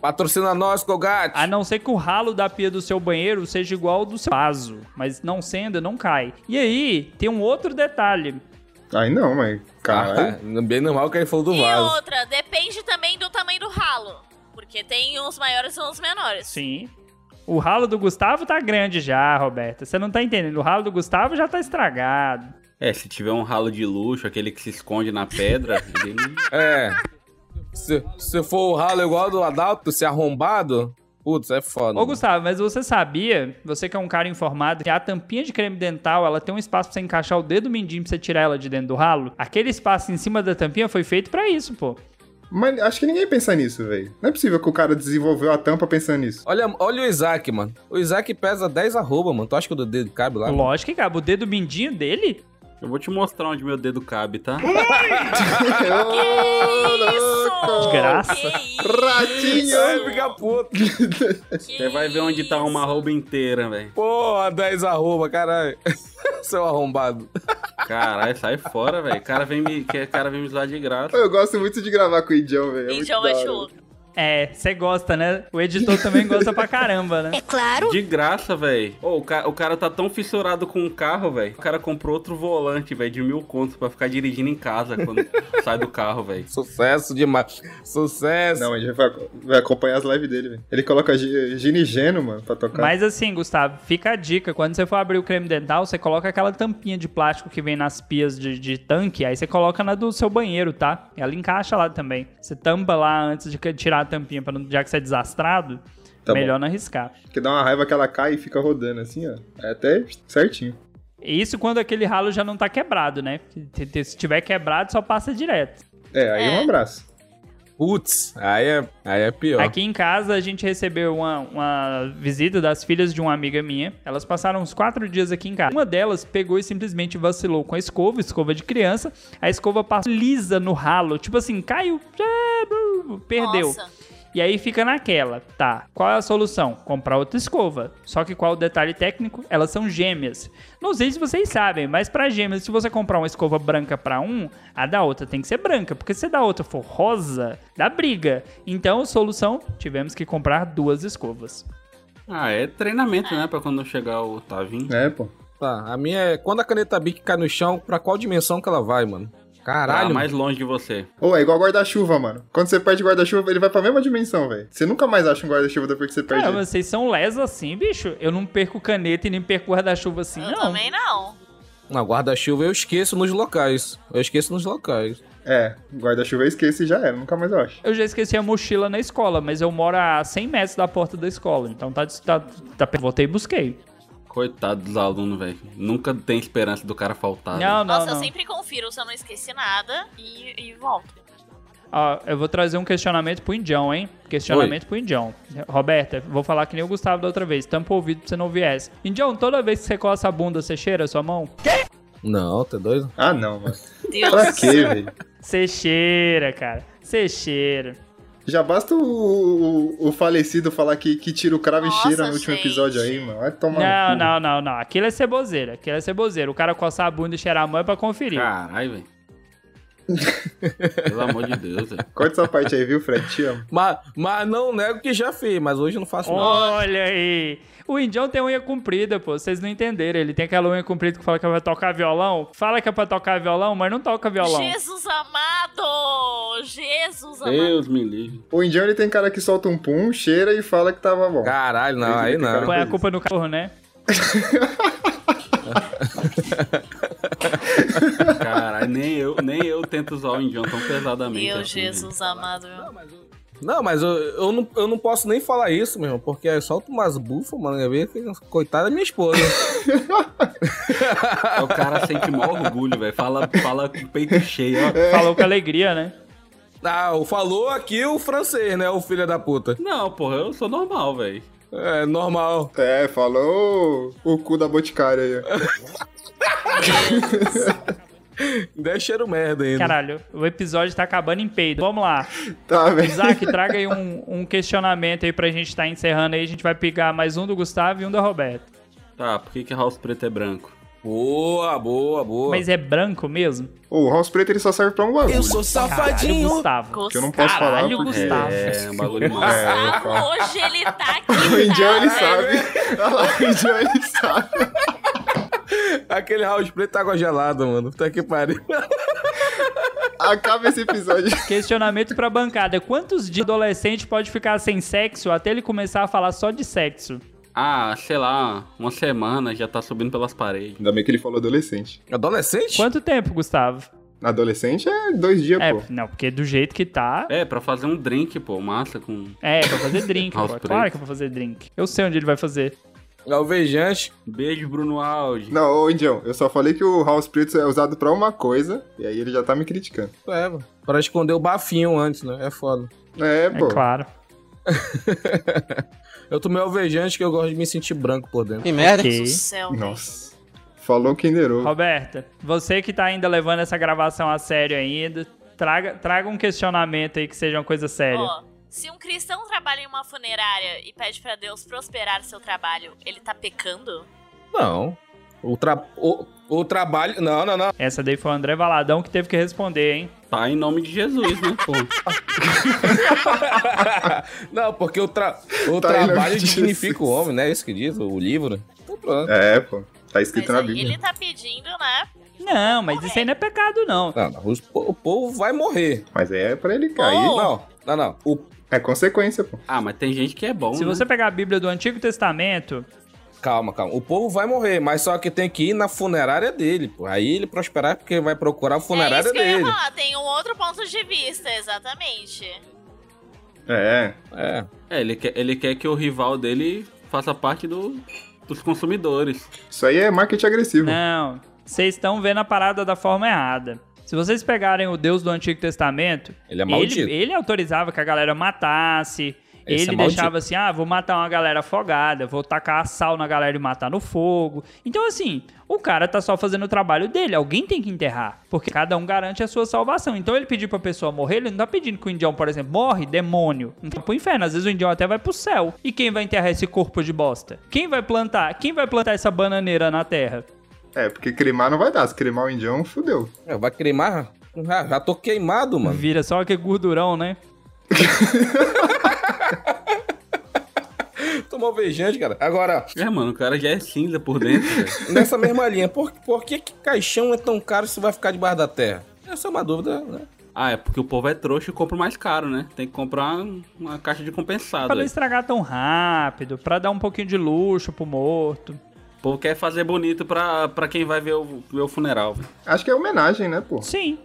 Speaker 4: Patrocina nós, Colgate.
Speaker 1: a Ah, não ser que o ralo da pia do seu banheiro seja igual ao do seu vaso. Mas não sendo, não cai. E aí, tem um outro detalhe.
Speaker 5: Aí não, mas. Caralho.
Speaker 4: Cara, bem normal que ele falou do
Speaker 6: E
Speaker 4: vaso.
Speaker 6: outra, depende também do tamanho do ralo. Porque tem uns maiores e uns menores.
Speaker 1: Sim. O ralo do Gustavo tá grande já, Roberta. Você não tá entendendo. O ralo do Gustavo já tá estragado.
Speaker 7: É, se tiver um ralo de luxo, aquele que se esconde na pedra, ele
Speaker 4: É. Se, se for o ralo igual ao do Adalto, se arrombado, putz, é foda.
Speaker 1: Ô, Gustavo, mas você sabia, você que é um cara informado, que a tampinha de creme dental, ela tem um espaço pra você encaixar o dedo mindinho pra você tirar ela de dentro do ralo? Aquele espaço em cima da tampinha foi feito pra isso, pô.
Speaker 5: Mas acho que ninguém pensa nisso, velho. Não é possível que o cara desenvolveu a tampa pensando nisso.
Speaker 4: Olha, olha o Isaac, mano. O Isaac pesa 10 arroba, mano. Tu acha que o dedo cabe lá?
Speaker 1: Lógico que cabe. O dedo mindinho dele?
Speaker 7: Eu vou te mostrar onde meu dedo cabe, tá?
Speaker 6: Isso!
Speaker 1: Desgraça.
Speaker 6: Que isso?
Speaker 5: Ratinho!
Speaker 4: Ai, fica puto.
Speaker 7: Você vai ver onde tá uma roupa inteira, velho.
Speaker 4: Porra, 10 arroba, caralho. Seu arrombado.
Speaker 7: Caralho, sai fora, velho. O cara vem me, que- cara vem me zoar de graça.
Speaker 5: Eu gosto muito de gravar com o Indião, velho. muito
Speaker 6: Então
Speaker 5: da
Speaker 6: é
Speaker 5: hora.
Speaker 6: chulo.
Speaker 1: É, você gosta, né? O editor também gosta pra caramba, né?
Speaker 7: De graça, velho. Ô, o, ca- o cara tá tão fissurado com o carro, velho. O cara comprou outro volante, velho, de mil contos pra ficar dirigindo em casa quando sai do carro, velho.
Speaker 4: Sucesso demais. Sucesso.
Speaker 5: Não, a gente vai, vai acompanhar as lives dele, velho. Ele coloca gi- Gino e Geno, mano, pra tocar.
Speaker 1: Mas assim, Gustavo, fica a dica. Quando você for abrir o creme dental, você coloca aquela tampinha de plástico que vem nas pias de, de tanque, aí você coloca na do seu banheiro, tá? Ela encaixa lá também. Você tampa lá antes de que- tirar a tampinha, pra não, já que você é desastrado,
Speaker 5: Tá
Speaker 1: melhor não arriscar.
Speaker 5: Que dá uma raiva que ela cai e fica rodando assim, ó. É até certinho.
Speaker 1: E Isso quando aquele ralo já não tá quebrado, né? Se- se- Se tiver quebrado, só passa direto.
Speaker 5: É, aí um abraço.
Speaker 4: Putz, aí é, aí é pior.
Speaker 1: Aqui em casa a gente recebeu uma, uma visita das filhas de uma amiga minha. Elas passaram uns quatro dias aqui em casa. Uma delas pegou e simplesmente vacilou com a escova, escova de criança. A escova passou lisa no ralo, tipo assim, caiu, é, blu, perdeu.
Speaker 6: Nossa.
Speaker 1: E aí fica naquela, tá? Qual é a solução? Comprar outra escova. Só que qual o detalhe técnico? Elas são gêmeas. Não sei se vocês sabem, mas para gêmeas, se você comprar uma escova branca para um, a da outra tem que ser branca, porque se a da outra for rosa, dá briga. Então, solução, tivemos que comprar duas escovas.
Speaker 7: Ah, é treinamento, né? Pra quando chegar o Tavinho.
Speaker 5: É, pô.
Speaker 4: Tá, a minha é quando a caneta Bic cai no chão, pra qual dimensão que ela vai, mano?
Speaker 7: Tá
Speaker 4: Caralho,
Speaker 7: mais longe de você.
Speaker 5: Ou é igual guarda-chuva, mano. Quando você perde guarda-chuva, ele vai pra mesma dimensão, velho. Você nunca mais acha um guarda-chuva depois que você perde.
Speaker 1: Cara,
Speaker 5: ele.
Speaker 1: vocês são lesa assim, bicho? Eu não perco caneta e nem perco guarda-chuva assim,
Speaker 6: Eu
Speaker 1: não.
Speaker 6: também não.
Speaker 4: Não, guarda-chuva eu esqueço nos locais. Eu esqueço nos locais.
Speaker 5: É, guarda-chuva eu esqueço e já era, nunca mais eu acho.
Speaker 1: Eu já esqueci a mochila na escola, mas eu moro a 100 metros da porta da escola. Então tá. tá, tá voltei e busquei.
Speaker 7: Coitado dos alunos, velho. Nunca tem esperança do cara faltar.
Speaker 1: Não, não.
Speaker 6: Nossa,
Speaker 1: não.
Speaker 6: eu sempre confiro se eu não esqueci nada e, e volto.
Speaker 1: Ó, eu vou trazer um questionamento pro Indião, hein? Questionamento pro Indião. Roberta, vou falar que nem o Gustavo da outra vez. Tampa o ouvido pra você não ouvir essa. Indião, toda vez que você coça a bunda, você cheira a sua mão?
Speaker 4: Não, tá doido?
Speaker 5: Ah, não, mano.
Speaker 6: Deus
Speaker 5: Pra quê, velho?
Speaker 1: Você cheira, cara. Você cheira.
Speaker 5: Já basta o, o, o falecido falar que, que tira o cravo
Speaker 6: Nossa,
Speaker 5: e cheira no último
Speaker 6: gente.
Speaker 5: episódio aí, mano. Vai tomar no
Speaker 1: Não,
Speaker 5: cu.
Speaker 1: não, não, não. Aquilo é ceboseira. Aquilo é ceboseira. O cara coçar a bunda e cheirar a mão é pra conferir.
Speaker 7: Caralho, velho. Pelo amor de Deus, velho.
Speaker 5: Corta essa parte aí, viu, Fred? Te amo.
Speaker 4: Mas, mas não nego que já fiz, mas hoje eu não faço nada.
Speaker 1: Olha aí. O Indião tem unha comprida, pô. Vocês não entenderam. Ele tem aquela unha comprida que fala que é pra tocar violão. Fala que é pra tocar violão, mas não toca violão.
Speaker 6: Jesus amado! Jesus amado!
Speaker 7: Deus me livre.
Speaker 5: O indião, ele tem cara que solta um pum, cheira e fala que tava bom.
Speaker 4: Caralho, não, aí não.
Speaker 1: Põe a culpa no cachorro, né?
Speaker 7: Caralho, nem eu, nem eu tento usar o Indião tão pesadamente.
Speaker 6: Meu
Speaker 7: assim,
Speaker 6: Jesus amado.
Speaker 4: Não, mas eu, eu, não, eu não posso nem falar isso, meu irmão, porque eu solto umas bufas, mano, eu vejo que- coitada da minha esposa.
Speaker 7: velho. O cara sente maior orgulho, velho. Fala, fala com o peito cheio, ó.
Speaker 1: Falou com alegria, né?
Speaker 4: ah, falou aqui o francês, né, o filho da puta.
Speaker 7: Não, porra, eu sou normal, velho.
Speaker 4: É, normal.
Speaker 5: É, falou o cu da boticária aí. ó.
Speaker 4: Deve cheiro merda ainda.
Speaker 1: Caralho, o episódio tá acabando em peido. Vamos lá.
Speaker 5: Tá, velho.
Speaker 1: Isaac, traga aí um, um questionamento aí pra gente tá encerrando aí. A gente vai pegar mais um do Gustavo e um da Roberto.
Speaker 7: Tá, por que que House Preto é branco?
Speaker 4: Boa, boa, boa.
Speaker 1: Mas é branco mesmo?
Speaker 5: O House Preto, ele só serve pra um bagulho.
Speaker 4: é
Speaker 1: Caralho, Gustavo.
Speaker 5: Que eu não posso
Speaker 1: Caralho,
Speaker 5: falar porque...
Speaker 1: Gustavo.
Speaker 7: É, um bagulho massa.
Speaker 6: Gustavo, hoje ele tá aqui.
Speaker 5: O indião, ele
Speaker 6: tá,
Speaker 5: sabe.
Speaker 6: velho?
Speaker 5: Olha lá, o indião, ele sabe.
Speaker 4: Aquele house preto tá água gelada, mano. Puta que pariu.
Speaker 5: Acaba esse episódio.
Speaker 1: Questionamento pra bancada. Quantos dias adolescente pode ficar sem sexo até ele começar a falar só de sexo?
Speaker 7: Ah, sei lá, uma semana já tá subindo pelas paredes.
Speaker 5: Ainda bem que ele falou adolescente.
Speaker 4: Adolescente?
Speaker 1: Quanto tempo, Gustavo?
Speaker 5: Adolescente é dois dias,
Speaker 1: É,
Speaker 5: pô.
Speaker 1: não, porque do jeito que tá.
Speaker 7: É, pra fazer um drink, pô, massa com
Speaker 1: É, pra fazer drink, pô.
Speaker 7: House
Speaker 1: É Claro
Speaker 7: Preto.
Speaker 1: que é pra fazer drink. Eu sei onde ele vai fazer.
Speaker 4: Alvejante.
Speaker 7: Beijo, Bruno Aldi.
Speaker 5: Não, ô Indião, eu só falei que o House Preto é usado pra uma coisa, e aí ele já tá me criticando.
Speaker 4: É, mano. Pra esconder o bafinho antes, né? É foda.
Speaker 5: É,
Speaker 1: É
Speaker 5: pô.
Speaker 1: claro.
Speaker 4: Eu tomei alvejante que eu gosto de me sentir branco por dentro.
Speaker 11: Que merda.
Speaker 1: Ok.
Speaker 6: Do céu.
Speaker 5: Nossa. Falou quem derou.
Speaker 1: Roberta, você que tá ainda levando essa gravação a sério ainda, traga, traga um questionamento aí que seja uma coisa séria.
Speaker 6: Ó, se um cristão trabalha em uma funerária e pede pra Deus prosperar seu trabalho, ele tá pecando?
Speaker 4: Não. O, tra... o... o trabalho. Não, não, não.
Speaker 1: Essa daí foi o André Valadão que teve que responder, hein?
Speaker 7: Tá em nome de Jesus, né, pô?
Speaker 4: não, porque o, tra... o
Speaker 5: Tá em nome
Speaker 4: trabalho
Speaker 5: de
Speaker 4: dignifica
Speaker 5: Jesus.
Speaker 4: o homem, né? Isso que diz o livro. Então pronto.
Speaker 5: É, pô. Tá escrito
Speaker 6: Mas
Speaker 5: na
Speaker 6: aí
Speaker 5: Bíblia.
Speaker 6: ele tá pedindo, né?
Speaker 1: Não, mas isso aí não é pecado, não.
Speaker 4: Não, não. Os po- O povo vai morrer.
Speaker 5: Mas aí é pra ele cair.
Speaker 11: Oh.
Speaker 4: Não, não, não. O...
Speaker 5: É consequência, pô.
Speaker 7: Ah, mas tem gente que é bom,
Speaker 1: Se
Speaker 7: né?
Speaker 1: você pegar a Bíblia do Antigo Testamento,
Speaker 4: Calma, calma. O povo vai morrer, mas só que tem que ir na funerária dele. Pô. Aí ele prosperar porque vai procurar a
Speaker 6: é
Speaker 4: funerária
Speaker 6: isso que eu ia
Speaker 4: dele.
Speaker 6: falar, tem um outro ponto de vista, exatamente.
Speaker 5: É.
Speaker 4: É.
Speaker 7: É, ele quer, ele quer que o rival dele faça parte do, dos consumidores.
Speaker 5: Isso aí é marketing agressivo.
Speaker 1: Não, vocês estão vendo a parada da forma errada. Se vocês pegarem o Deus do Antigo Testamento,
Speaker 4: Ele é maldito.
Speaker 1: Ele, ele autorizava que a galera matasse.
Speaker 4: Esse
Speaker 1: ele
Speaker 4: é maldito.
Speaker 1: deixava assim, ah, vou matar uma galera afogada, vou tacar sal na galera e matar no fogo. Então, assim, o cara tá só fazendo o trabalho dele, alguém tem que enterrar, porque cada um garante a sua salvação. Então, ele pedir pra pessoa morrer, ele não tá pedindo que o indião, por exemplo, morre, demônio, não tá pro inferno. Às vezes o indião até vai pro céu. E quem vai enterrar esse corpo de bosta? Quem vai plantar? Quem vai plantar essa bananeira na terra?
Speaker 5: É, porque cremar não vai dar. Se cremar o indião, fudeu.
Speaker 4: É, Vai queimar? Já, já tô queimado, mano.
Speaker 1: Vira só aquele gordurão, né?
Speaker 4: Tomou vejante, cara. Agora,
Speaker 7: É, mano, o cara já é cinza por dentro, velho.
Speaker 4: nessa mesma linha, por, por que, que caixão é tão caro se vai ficar debaixo da terra? Essa é uma dúvida, né?
Speaker 7: Ah, é porque o povo é trouxa e compra o mais caro, né? Tem que comprar uma caixa de compensado.
Speaker 1: Pra não
Speaker 7: velho.
Speaker 1: estragar tão rápido, pra dar um pouquinho de luxo pro morto.
Speaker 7: O povo quer fazer bonito pra, pra quem vai ver o meu funeral, velho.
Speaker 5: Acho que é homenagem, né, pô?
Speaker 1: Sim.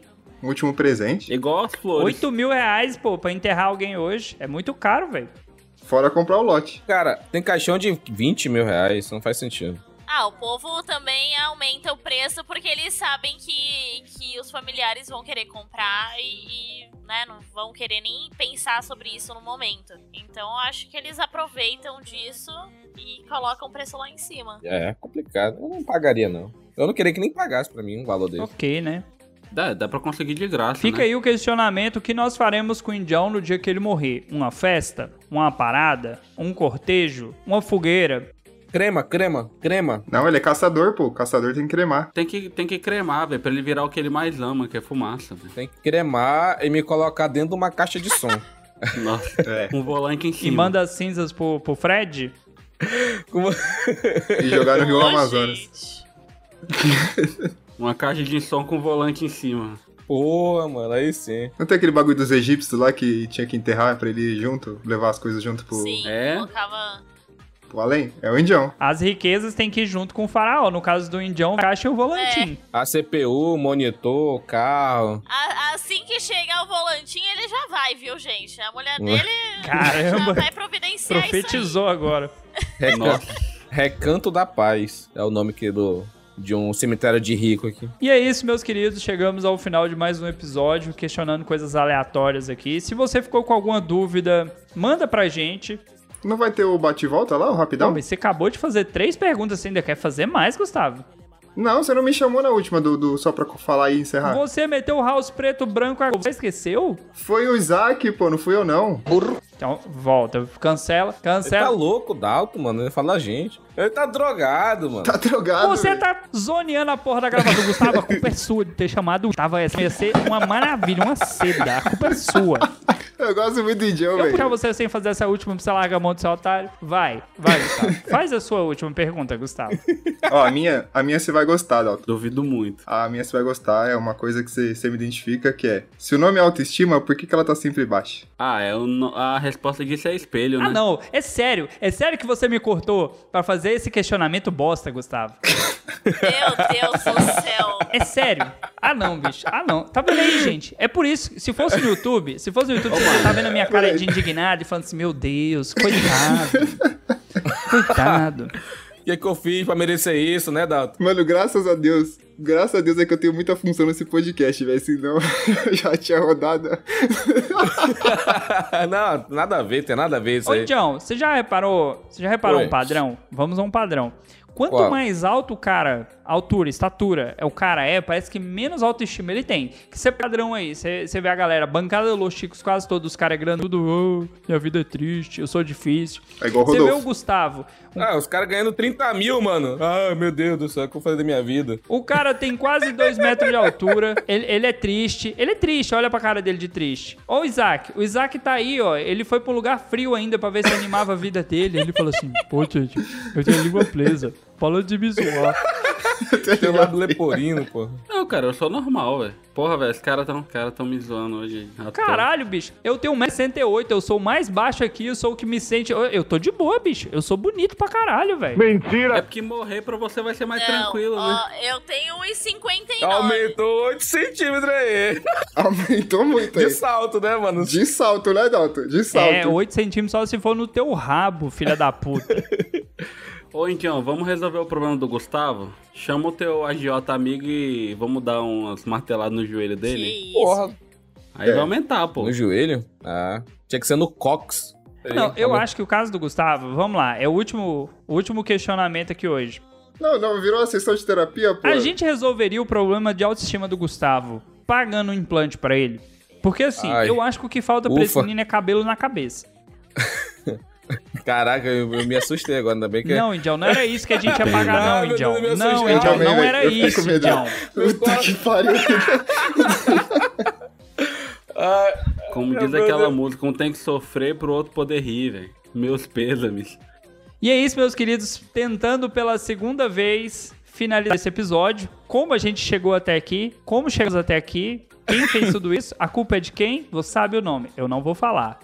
Speaker 5: Um último presente.
Speaker 7: Igual as flores.
Speaker 1: 8 mil reais, pô, pra enterrar alguém hoje. É muito caro, velho.
Speaker 5: Fora comprar o lote.
Speaker 4: Cara, tem caixão de 20 mil reais, isso não faz sentido.
Speaker 6: Ah, o povo também aumenta o preço porque eles sabem que, que os familiares vão querer comprar e, e, né, não vão querer nem pensar sobre isso no momento. Então eu acho que eles aproveitam disso e colocam o preço lá em cima.
Speaker 4: É, é complicado. Eu não pagaria, não. Eu não queria que nem pagasse pra mim um valor desse.
Speaker 1: Ok, né?
Speaker 7: Dá, dá pra conseguir de graça,
Speaker 12: Fica
Speaker 7: né?
Speaker 12: aí o questionamento: o que nós faremos com o indião no dia que ele morrer? Uma festa? Uma parada? Um cortejo? Uma fogueira?
Speaker 4: Crema, crema, crema.
Speaker 5: Não, ele é caçador, pô. Caçador tem que cremar.
Speaker 7: Tem que, tem que cremar, velho, pra ele virar o que ele mais ama, que é fumaça, velho.
Speaker 4: Tem que cremar e me colocar dentro de uma caixa de som.
Speaker 7: Nossa,
Speaker 5: É.
Speaker 7: um volante em
Speaker 12: E
Speaker 7: cima.
Speaker 12: manda as cinzas pro, pro Fred?
Speaker 4: Como-
Speaker 5: E jogar no Rio
Speaker 6: Ô,
Speaker 5: Amazonas.
Speaker 6: gente.
Speaker 7: Uma caixa de som com volante em cima.
Speaker 4: Porra, mano, aí sim.
Speaker 5: Não tem aquele bagulho dos egípcios lá que tinha que enterrar pra ele ir junto, levar as coisas junto pro,
Speaker 6: Sim,
Speaker 7: É?
Speaker 6: colocava.
Speaker 5: pro além? É o indião.
Speaker 1: As riquezas tem que ir junto com o faraó. No caso do indião, caixa e o
Speaker 6: É,
Speaker 1: volantim.
Speaker 4: A CPU, monitor, carro.
Speaker 6: A- assim que chegar o volantinho, ele já vai, viu, gente? A mulher dele já
Speaker 1: Caramba.
Speaker 6: vai providenciar isso.
Speaker 1: Profetizou agora.
Speaker 4: Recan-
Speaker 7: Nossa.
Speaker 4: Recanto da Paz. É o nome que do, de um cemitério de rico aqui.
Speaker 1: E é isso, meus queridos. Chegamos ao final de mais um episódio, questionando coisas aleatórias aqui. Se você ficou com alguma dúvida, manda pra gente.
Speaker 5: Não vai ter o bate e volta lá, o
Speaker 1: Pô,
Speaker 5: rapidão?
Speaker 1: mas você acabou de fazer três perguntas, você ainda quer fazer mais, Gustavo?
Speaker 5: Não, você não me chamou na última do, do- só pra falar e encerrar.
Speaker 1: Você meteu o house preto branco agora. Você esqueceu?
Speaker 5: Foi o Isaac, pô, não fui eu não.
Speaker 1: Então, volta. Cancela,
Speaker 4: Ele tá
Speaker 1: cancela.
Speaker 4: louco, Dalton, mano. Ele fala a gente. Ele tá drogado, mano.
Speaker 5: Tá drogado.
Speaker 1: Você
Speaker 5: velho.
Speaker 1: tá zoneando a porra da gravação, Gustavo. A culpa é sua de ter chamado o Gustavo. Essa ia ser uma maravilha, uma seda. A culpa é sua.
Speaker 5: Eu gosto muito do indião,
Speaker 1: Eu
Speaker 5: velho.
Speaker 1: puxar você sem fazer essa última pra você largar a mão do seu otário. Vai, vai, Gustavo. Faz a sua última pergunta, Gustavo.
Speaker 5: Ó, a minha, a minha você vai gostar, Dalton.
Speaker 7: Duvido muito.
Speaker 5: A minha você vai gostar, é uma coisa que você, você me identifica, que é... Se o nome é autoestima, por que, que ela tá sempre baixa?
Speaker 7: Ah, é o no- a resposta disso é espelho, né?
Speaker 1: Ah, não. É sério. É sério que você me cortou pra fazer esse questionamento bosta, Gustavo.
Speaker 6: Meu Deus do céu.
Speaker 1: É sério. Ah, não, bicho. Ah, não. Tá vendo aí, gente? É por isso. Se fosse no YouTube, se fosse no YouTube, você tá vendo a minha cara de indignado e falando assim, meu Deus, coitado. Coitado.
Speaker 4: O que, é que eu fiz pra merecer isso, né, Dalton?
Speaker 5: Mano, graças a Deus. Graças a Deus é que eu tenho muita função nesse podcast, velho. Senão eu já tinha rodado.
Speaker 4: não, nada a ver, tem nada a ver isso
Speaker 1: Ô,
Speaker 4: aí.
Speaker 1: John, você já reparou? Você já reparou
Speaker 4: Oi.
Speaker 1: um padrão? Vamos a um padrão. Quanto
Speaker 4: Qual?
Speaker 1: mais alto o cara, altura, estatura, é o cara é, parece que menos autoestima ele tem. Que você padrão aí, você você vê a galera, bancada dos chicos, quase todos os caras grandes, tudo, "Oh, minha vida é triste, eu sou difícil.
Speaker 5: É igual o
Speaker 1: Você vê o
Speaker 5: Rodolfo.
Speaker 1: Gustavo,
Speaker 4: Ah, os caras ganhando 30 mil, mano. Ah, meu Deus do céu, o que eu falei da minha vida?
Speaker 1: O cara tem quase 2 metros de altura. Ele, ele é triste. Ele é triste, olha pra cara dele de triste. Ó o Isaac. O Isaac tá aí, ó. Ele foi pra um lugar frio ainda pra ver se animava a vida dele. Ele falou assim: Pô, gente, eu tenho a língua presa. Falando de me zoar.
Speaker 4: Tem o lado leporino, pô.
Speaker 7: Não, cara, eu sou normal, velho. Porra, velho, os caras tão, cara tão me zoando hoje. à toa.
Speaker 1: Caralho, bicho. Eu tenho 1,68m. Eu sou o mais baixo aqui. Eu sou o que me sente. Eu, eu tô de boa, bicho. Eu sou bonito pra caralho, velho.
Speaker 7: É porque morrer pra você vai ser mais tranquilo, né?
Speaker 6: ó, eu tenho 1,59.
Speaker 4: Aumentou 8 centímetros aí.
Speaker 5: Aumentou muito aí.
Speaker 4: De salto, né, mano?
Speaker 5: De salto, né, Dalton? De salto.
Speaker 1: É, 8 centímetros só se for no teu rabo, filha da puta.
Speaker 7: Ô, então, vamos resolver o problema do Gustavo? Chama o teu agiota amigo e vamos dar umas marteladas no joelho
Speaker 6: Que
Speaker 7: dele.
Speaker 6: isso.
Speaker 4: Porra.
Speaker 7: Aí vai aumentar, pô.
Speaker 4: É. No joelho? Ah, tinha que ser no cox. Tá
Speaker 1: Não, eu acho que o caso do Gustavo, vamos lá, é o último, o último questionamento aqui hoje.
Speaker 5: Não, não, virou uma sessão de terapia, pô.
Speaker 1: A gente resolveria o problema de autoestima do Gustavo pagando um implante pra ele. Porque assim,
Speaker 4: Ai.
Speaker 1: eu acho que o que falta pra esse
Speaker 4: Ufa.
Speaker 1: menino é cabelo na cabeça.
Speaker 4: Caraca, eu, eu me assustei agora, ainda bem que... é?
Speaker 1: Não, Indião, não era isso que a gente ia pagar,
Speaker 4: Ah,
Speaker 1: não,
Speaker 4: meu Deus,
Speaker 1: Indião.
Speaker 4: me assustei.
Speaker 1: Não,
Speaker 4: Eu
Speaker 1: Indião,
Speaker 4: também,
Speaker 1: não
Speaker 5: velho.
Speaker 1: era
Speaker 5: Eu fiquei
Speaker 1: isso, então.
Speaker 5: com medo.
Speaker 1: Indião.
Speaker 5: Puta que pariu.
Speaker 4: Ah,
Speaker 7: Como
Speaker 4: Meu
Speaker 7: diz
Speaker 4: Deus.
Speaker 7: aquela música, um tem que sofrer pro outro poder rir, velho. Meus pêsames.
Speaker 1: E é isso, meus queridos, tentando pela segunda vez finalizar esse episódio. Como a gente chegou até aqui, como chegamos até aqui, Quem fez tudo isso? A culpa é de quem? Você sabe o nome. Eu não vou falar.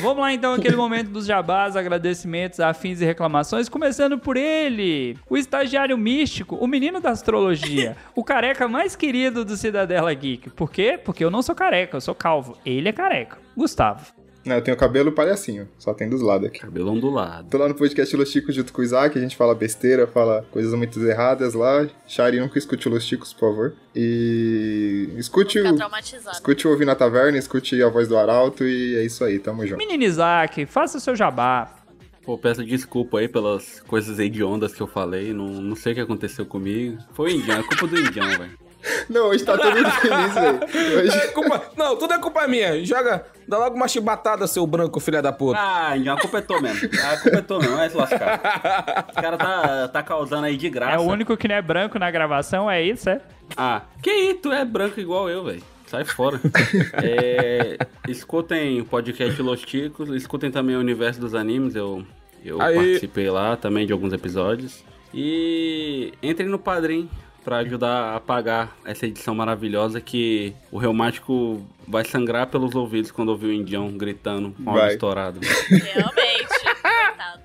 Speaker 1: Vamos lá então, aquele momento dos jabás, agradecimentos, afins e reclamações, começando por ele, o estagiário místico, o menino da astrologia, o careca mais querido do Cidadela Geek. Por quê? Porque eu não sou careca, eu sou calvo. Ele é careca. Gustavo.
Speaker 5: Não, eu tenho cabelo palhacinho, só tem dos lados aqui.
Speaker 7: Cabelo ondulado.
Speaker 5: Tô lá no podcast Los Chicos junto com o Isaac, a gente fala besteira, fala coisas muito erradas lá. Shari, nunca escute o Los Chicos, por favor. E escute
Speaker 6: Ficar
Speaker 5: o,
Speaker 6: traumatizado.
Speaker 5: escute o Ouvir na Taverna, escute a voz do Arauto e é isso aí, tamo junto.
Speaker 1: Menino Isaac, faça o seu jabá.
Speaker 7: Pô, peço desculpa aí pelas coisas hediondas que eu falei. Não, não sei o que aconteceu comigo. Foi o indiano, é culpa do indiano, velho.
Speaker 5: Não, hoje tá todo mundo feliz, velho.
Speaker 4: É
Speaker 5: Hoje...
Speaker 4: culpa- Não, tudo é culpa minha. Joga, dá logo uma chibatada, seu branco, filha da puta.
Speaker 7: Ah, indiano, a culpa é tua mesmo. A culpa é tua mesmo, vai se lascar. O cara tá, tá causando aí de graça.
Speaker 1: É o único que não é branco na gravação, é isso, é?
Speaker 7: Ah, que isso? Tu é branco igual eu, velho. Sai fora. É, escutem o podcast Los Ticos, escutem também o Universo dos Animes, eu, eu
Speaker 4: Aí.
Speaker 7: participei lá também de alguns episódios. E entrem no Padrim pra ajudar a pagar essa edição maravilhosa que o reumático vai sangrar pelos ouvidos quando ouvir o Indião gritando com o
Speaker 5: Vai.
Speaker 7: estourado.
Speaker 6: Realmente. coitado.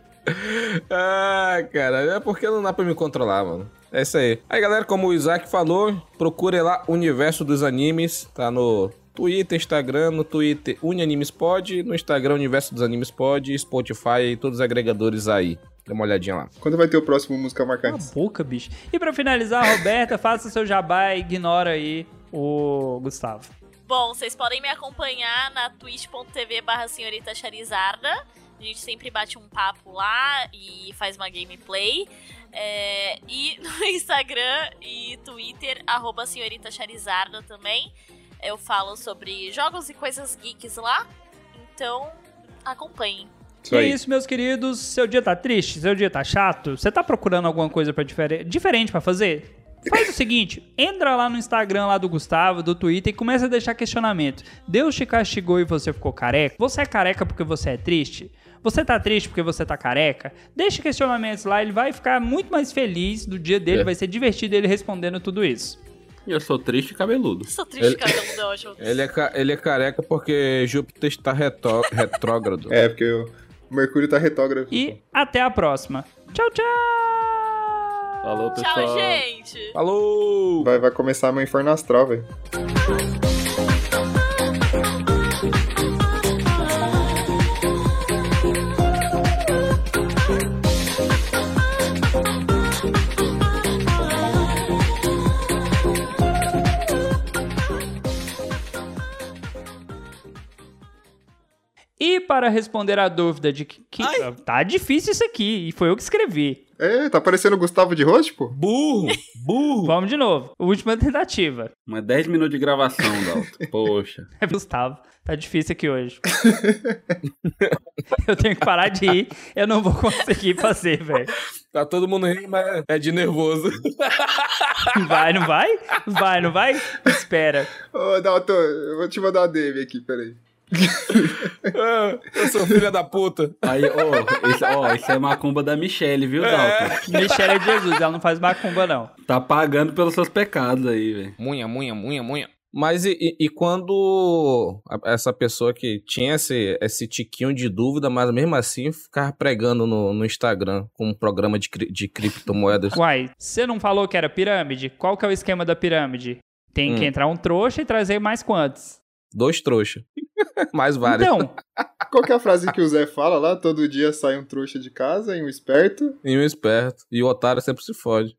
Speaker 4: Ah, cara, é porque não dá pra me controlar, mano. É isso aí. Aí, galera, como o Isaac falou, procure lá Universo dos Animes, tá no Twitter, Instagram, no Twitter UniAnimesPod, no Instagram Universo dos Animes Pod, Spotify e todos os agregadores aí. Dá uma olhadinha lá.
Speaker 5: Quando vai ter o próximo Música
Speaker 1: Cala
Speaker 5: Marcante?
Speaker 1: a boca, bicho. E pra finalizar, Roberta, faça o seu jabá e ignora aí o Gustavo.
Speaker 6: Bom, vocês podem me acompanhar na twitch.tv barra senhorita Charizarda. A gente sempre bate um papo lá e faz uma gameplay. É, e no Instagram e Twitter, arroba senhorita Charizarda também. Eu falo sobre jogos e coisas geeks lá. Então, acompanhem.
Speaker 5: Isso
Speaker 1: e é
Speaker 5: aí.
Speaker 1: isso, meus queridos. Seu dia tá triste? Seu dia tá chato? Você tá procurando alguma coisa pra difere- diferente pra fazer? Faz o seguinte, entra lá no Instagram lá do Gustavo, do Twitter e começa a deixar questionamento. Deus te castigou e você ficou careca? Você é careca porque você é triste? Você tá triste porque você tá careca? Deixa questionamentos lá, ele vai ficar muito mais feliz do dia dele,
Speaker 4: É.
Speaker 1: vai ser divertido ele respondendo tudo isso.
Speaker 7: E eu sou triste e cabeludo.
Speaker 6: Sou triste, cabelo do ódio.
Speaker 4: Ele é, ca- ele é careca porque Júpiter está retó- retrógrado.
Speaker 5: É, porque o Mercúrio tá retógrafo.
Speaker 1: E até a próxima. Tchau, tchau!
Speaker 7: Falou, pessoal.
Speaker 6: Tchau, gente!
Speaker 4: Falou!
Speaker 5: Vai, vai começar meu inferno astral, velho.
Speaker 1: E para responder à dúvida de que, que- tá difícil isso aqui, e foi eu que escrevi.
Speaker 5: É, tá parecendo o Gustavo de Rocha, pô?
Speaker 4: Burro! Burro!
Speaker 1: Vamos de novo. Última tentativa.
Speaker 7: Mas 10 minutos de gravação, Dalton. Poxa.
Speaker 1: É Gustavo. Tá difícil aqui hoje. eu tenho que parar de ir. Eu não vou conseguir fazer, velho.
Speaker 4: Tá todo mundo rindo, mas é de nervoso.
Speaker 1: Vai, não vai? Vai, não vai? Espera.
Speaker 5: Ô, Dalton, eu vou te mandar uma DM aqui, peraí.
Speaker 4: Ah, eu sou filha da puta.
Speaker 7: Aí, ó, isso, ó, isso é macumba da Michelle, viu, Dalton?
Speaker 1: Michelle é de Jesus, ela não faz macumba, não.
Speaker 7: Tá pagando pelos seus pecados aí, velho.
Speaker 4: Munha, munha, munha, munha. Mas e, e- e quando a- essa pessoa que tinha esse, esse tiquinho de dúvida, mas mesmo assim ficava pregando no, no Instagram com um programa de, cri- de criptomoedas?
Speaker 1: Uai, você não falou que era pirâmide? Qual que é o esquema da pirâmide? Tem que
Speaker 4: Hum.
Speaker 1: entrar um trouxa e trazer mais quantos?
Speaker 4: Dois trouxas. Mais vários.
Speaker 1: Então,
Speaker 5: Qual que é a frase que o Zé fala lá? Todo dia sai um trouxa de casa e um esperto.
Speaker 4: E um esperto. E o otário sempre se fode.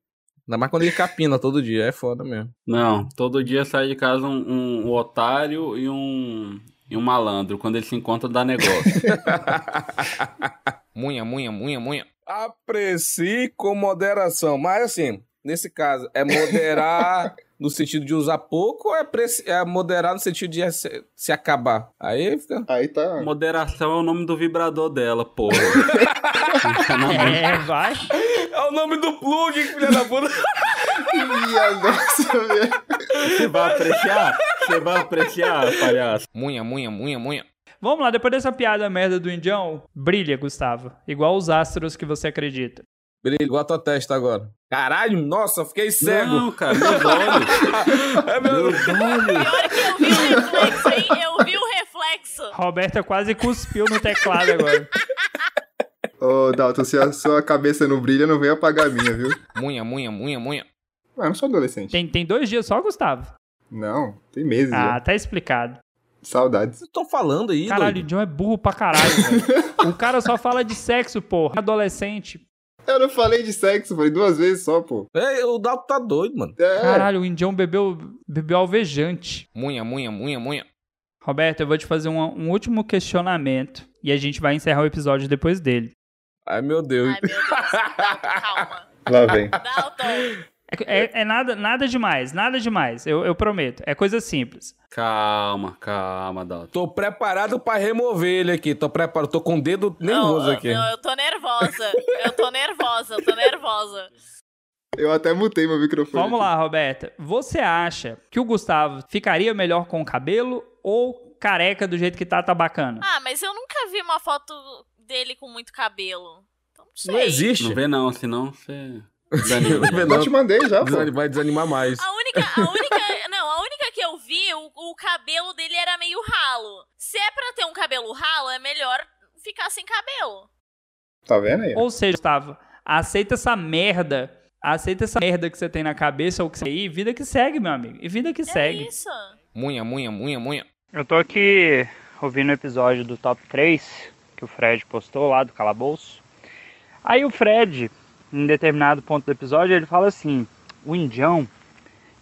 Speaker 4: Ainda mais quando ele capina todo dia. É foda mesmo.
Speaker 7: Não, todo dia sai de casa um, um otário e um, e um malandro. Quando eles se encontram, dá negócio.
Speaker 4: Munha, munha, munha, munha. Aprecie com moderação. Mas assim, nesse caso, é moderar no sentido de usar pouco ou é, preci- é moderar no sentido de se, se acabar? Aí fica.
Speaker 5: Aí tá.
Speaker 7: Moderação é o nome do vibrador dela, porra. Encanamento.
Speaker 1: é, vai.
Speaker 4: É o nome do plug, filha da puta.
Speaker 5: Minha nossa, velho.
Speaker 7: Você vai apreciar? Você vai apreciar, palhaço?
Speaker 4: Munha, munha, munha, munha.
Speaker 1: Vamos lá, depois dessa piada merda do Indião, brilha, Gustavo. Igual os astros que você acredita.
Speaker 4: Brilho, igual a tua testa agora. Caralho, nossa, fiquei cego.
Speaker 7: Não, cara, meus olhos.
Speaker 4: É meu...
Speaker 7: Meus olhos.
Speaker 6: Pior que eu vi o reflexo, hein? Eu vi o reflexo.
Speaker 1: Roberta quase cuspiu no teclado agora.
Speaker 5: Ô, Dalton, se a sua cabeça não brilha, não vem apagar a minha, viu?
Speaker 4: Munha, munha, munha, munha.
Speaker 5: Ué, eu não sou adolescente.
Speaker 1: Tem, tem dois dias só, Gustavo?
Speaker 5: Não, tem meses
Speaker 4: é.
Speaker 1: Ah,
Speaker 5: já.
Speaker 1: tá explicado.
Speaker 5: Saudades.
Speaker 4: Vocês estão falando aí,
Speaker 1: Caralho, o
Speaker 4: doido?
Speaker 1: John é burro pra caralho, velho. O cara só fala de sexo, porra. Adolescente.
Speaker 5: Eu não falei de sexo, falei duas vezes só, pô.
Speaker 4: É, o Dalton tá doido, mano.
Speaker 5: É,
Speaker 1: Caralho, o Indião bebeu, bebeu alvejante.
Speaker 4: Munha, munha, munha, munha.
Speaker 1: Roberto, eu vou te fazer um, um último questionamento e a gente vai encerrar o episódio depois dele.
Speaker 4: Ai, meu Deus.
Speaker 6: Ai, meu Deus. Dalton, calma.
Speaker 5: Lá vem.
Speaker 6: Dalton.
Speaker 1: É, é- é nada, nada demais, nada demais. Eu, eu prometo. É coisa simples.
Speaker 7: Calma, calma, Dalton.
Speaker 4: Tô preparado pra remover ele aqui. Tô preparado, tô com o dedo nervoso
Speaker 6: Não,
Speaker 4: aqui.
Speaker 6: não, eu tô nervosa. Eu tô nervosa, eu tô nervosa.
Speaker 5: Eu até mutei meu microfone.
Speaker 1: Vamos lá, Roberta. Você acha que o Gustavo ficaria melhor com o cabelo ou careca do jeito que tá, tá bacana?
Speaker 6: Ah, mas eu nunca vi uma foto dele com muito cabelo. Então não sei.
Speaker 4: Não existe.
Speaker 7: Não vê não, senão você...
Speaker 4: Não vê
Speaker 5: Eu te mandei já, pô.
Speaker 4: Desani- vai desanimar mais.
Speaker 6: A única, a única, não, a única que eu vi, o, o cabelo dele era meio ralo. Se é pra ter um cabelo ralo, é melhor ficar sem cabelo.
Speaker 5: Tá vendo aí?
Speaker 1: Ou seja, Gustavo, aceita essa merda. Aceita essa merda que você tem na cabeça ou que você. E vida que segue, meu amigo. E vida que
Speaker 6: É
Speaker 1: segue.
Speaker 6: isso.
Speaker 4: Munha, munha, munha, munha.
Speaker 1: Eu tô aqui ouvindo o episódio do Top 3 que o Fred postou lá do Calabouço. Aí o Fred, em determinado ponto do episódio, ele fala assim: O Indião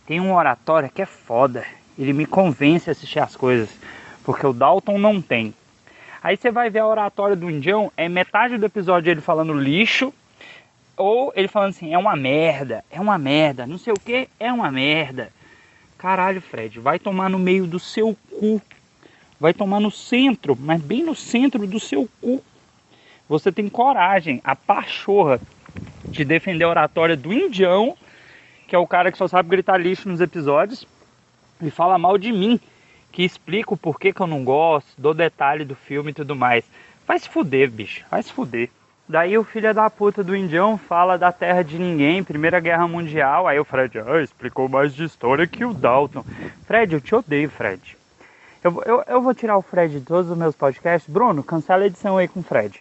Speaker 1: tem uma oratória que é foda. Ele me convence a assistir as coisas, porque o Dalton não tem. Aí você vai ver a oratória do Indião, é metade do episódio ele falando lixo, ou ele falando assim: é uma merda, é uma merda, não sei o que, é uma merda. Caralho, Fred, vai tomar no meio do seu cu. Vai tomar no centro, mas bem no centro do seu cu. Você tem coragem, a pachorra, de defender a oratória do Indião, que é o cara que só sabe gritar lixo nos episódios, e fala mal de mim, que explica o porquê que eu não gosto, dou detalhe do filme e tudo mais. Vai se fuder, bicho, vai se fuder. Daí o filho da puta do Indião fala da terra de ninguém, Primeira Guerra Mundial. Aí o Fred ah, explicou mais de história que o Dalton. Fred, eu te odeio, Fred. Eu, vou- eu, eu vou tirar o Fred de todos os meus podcasts. Bruno, cancela a edição aí com o Fred.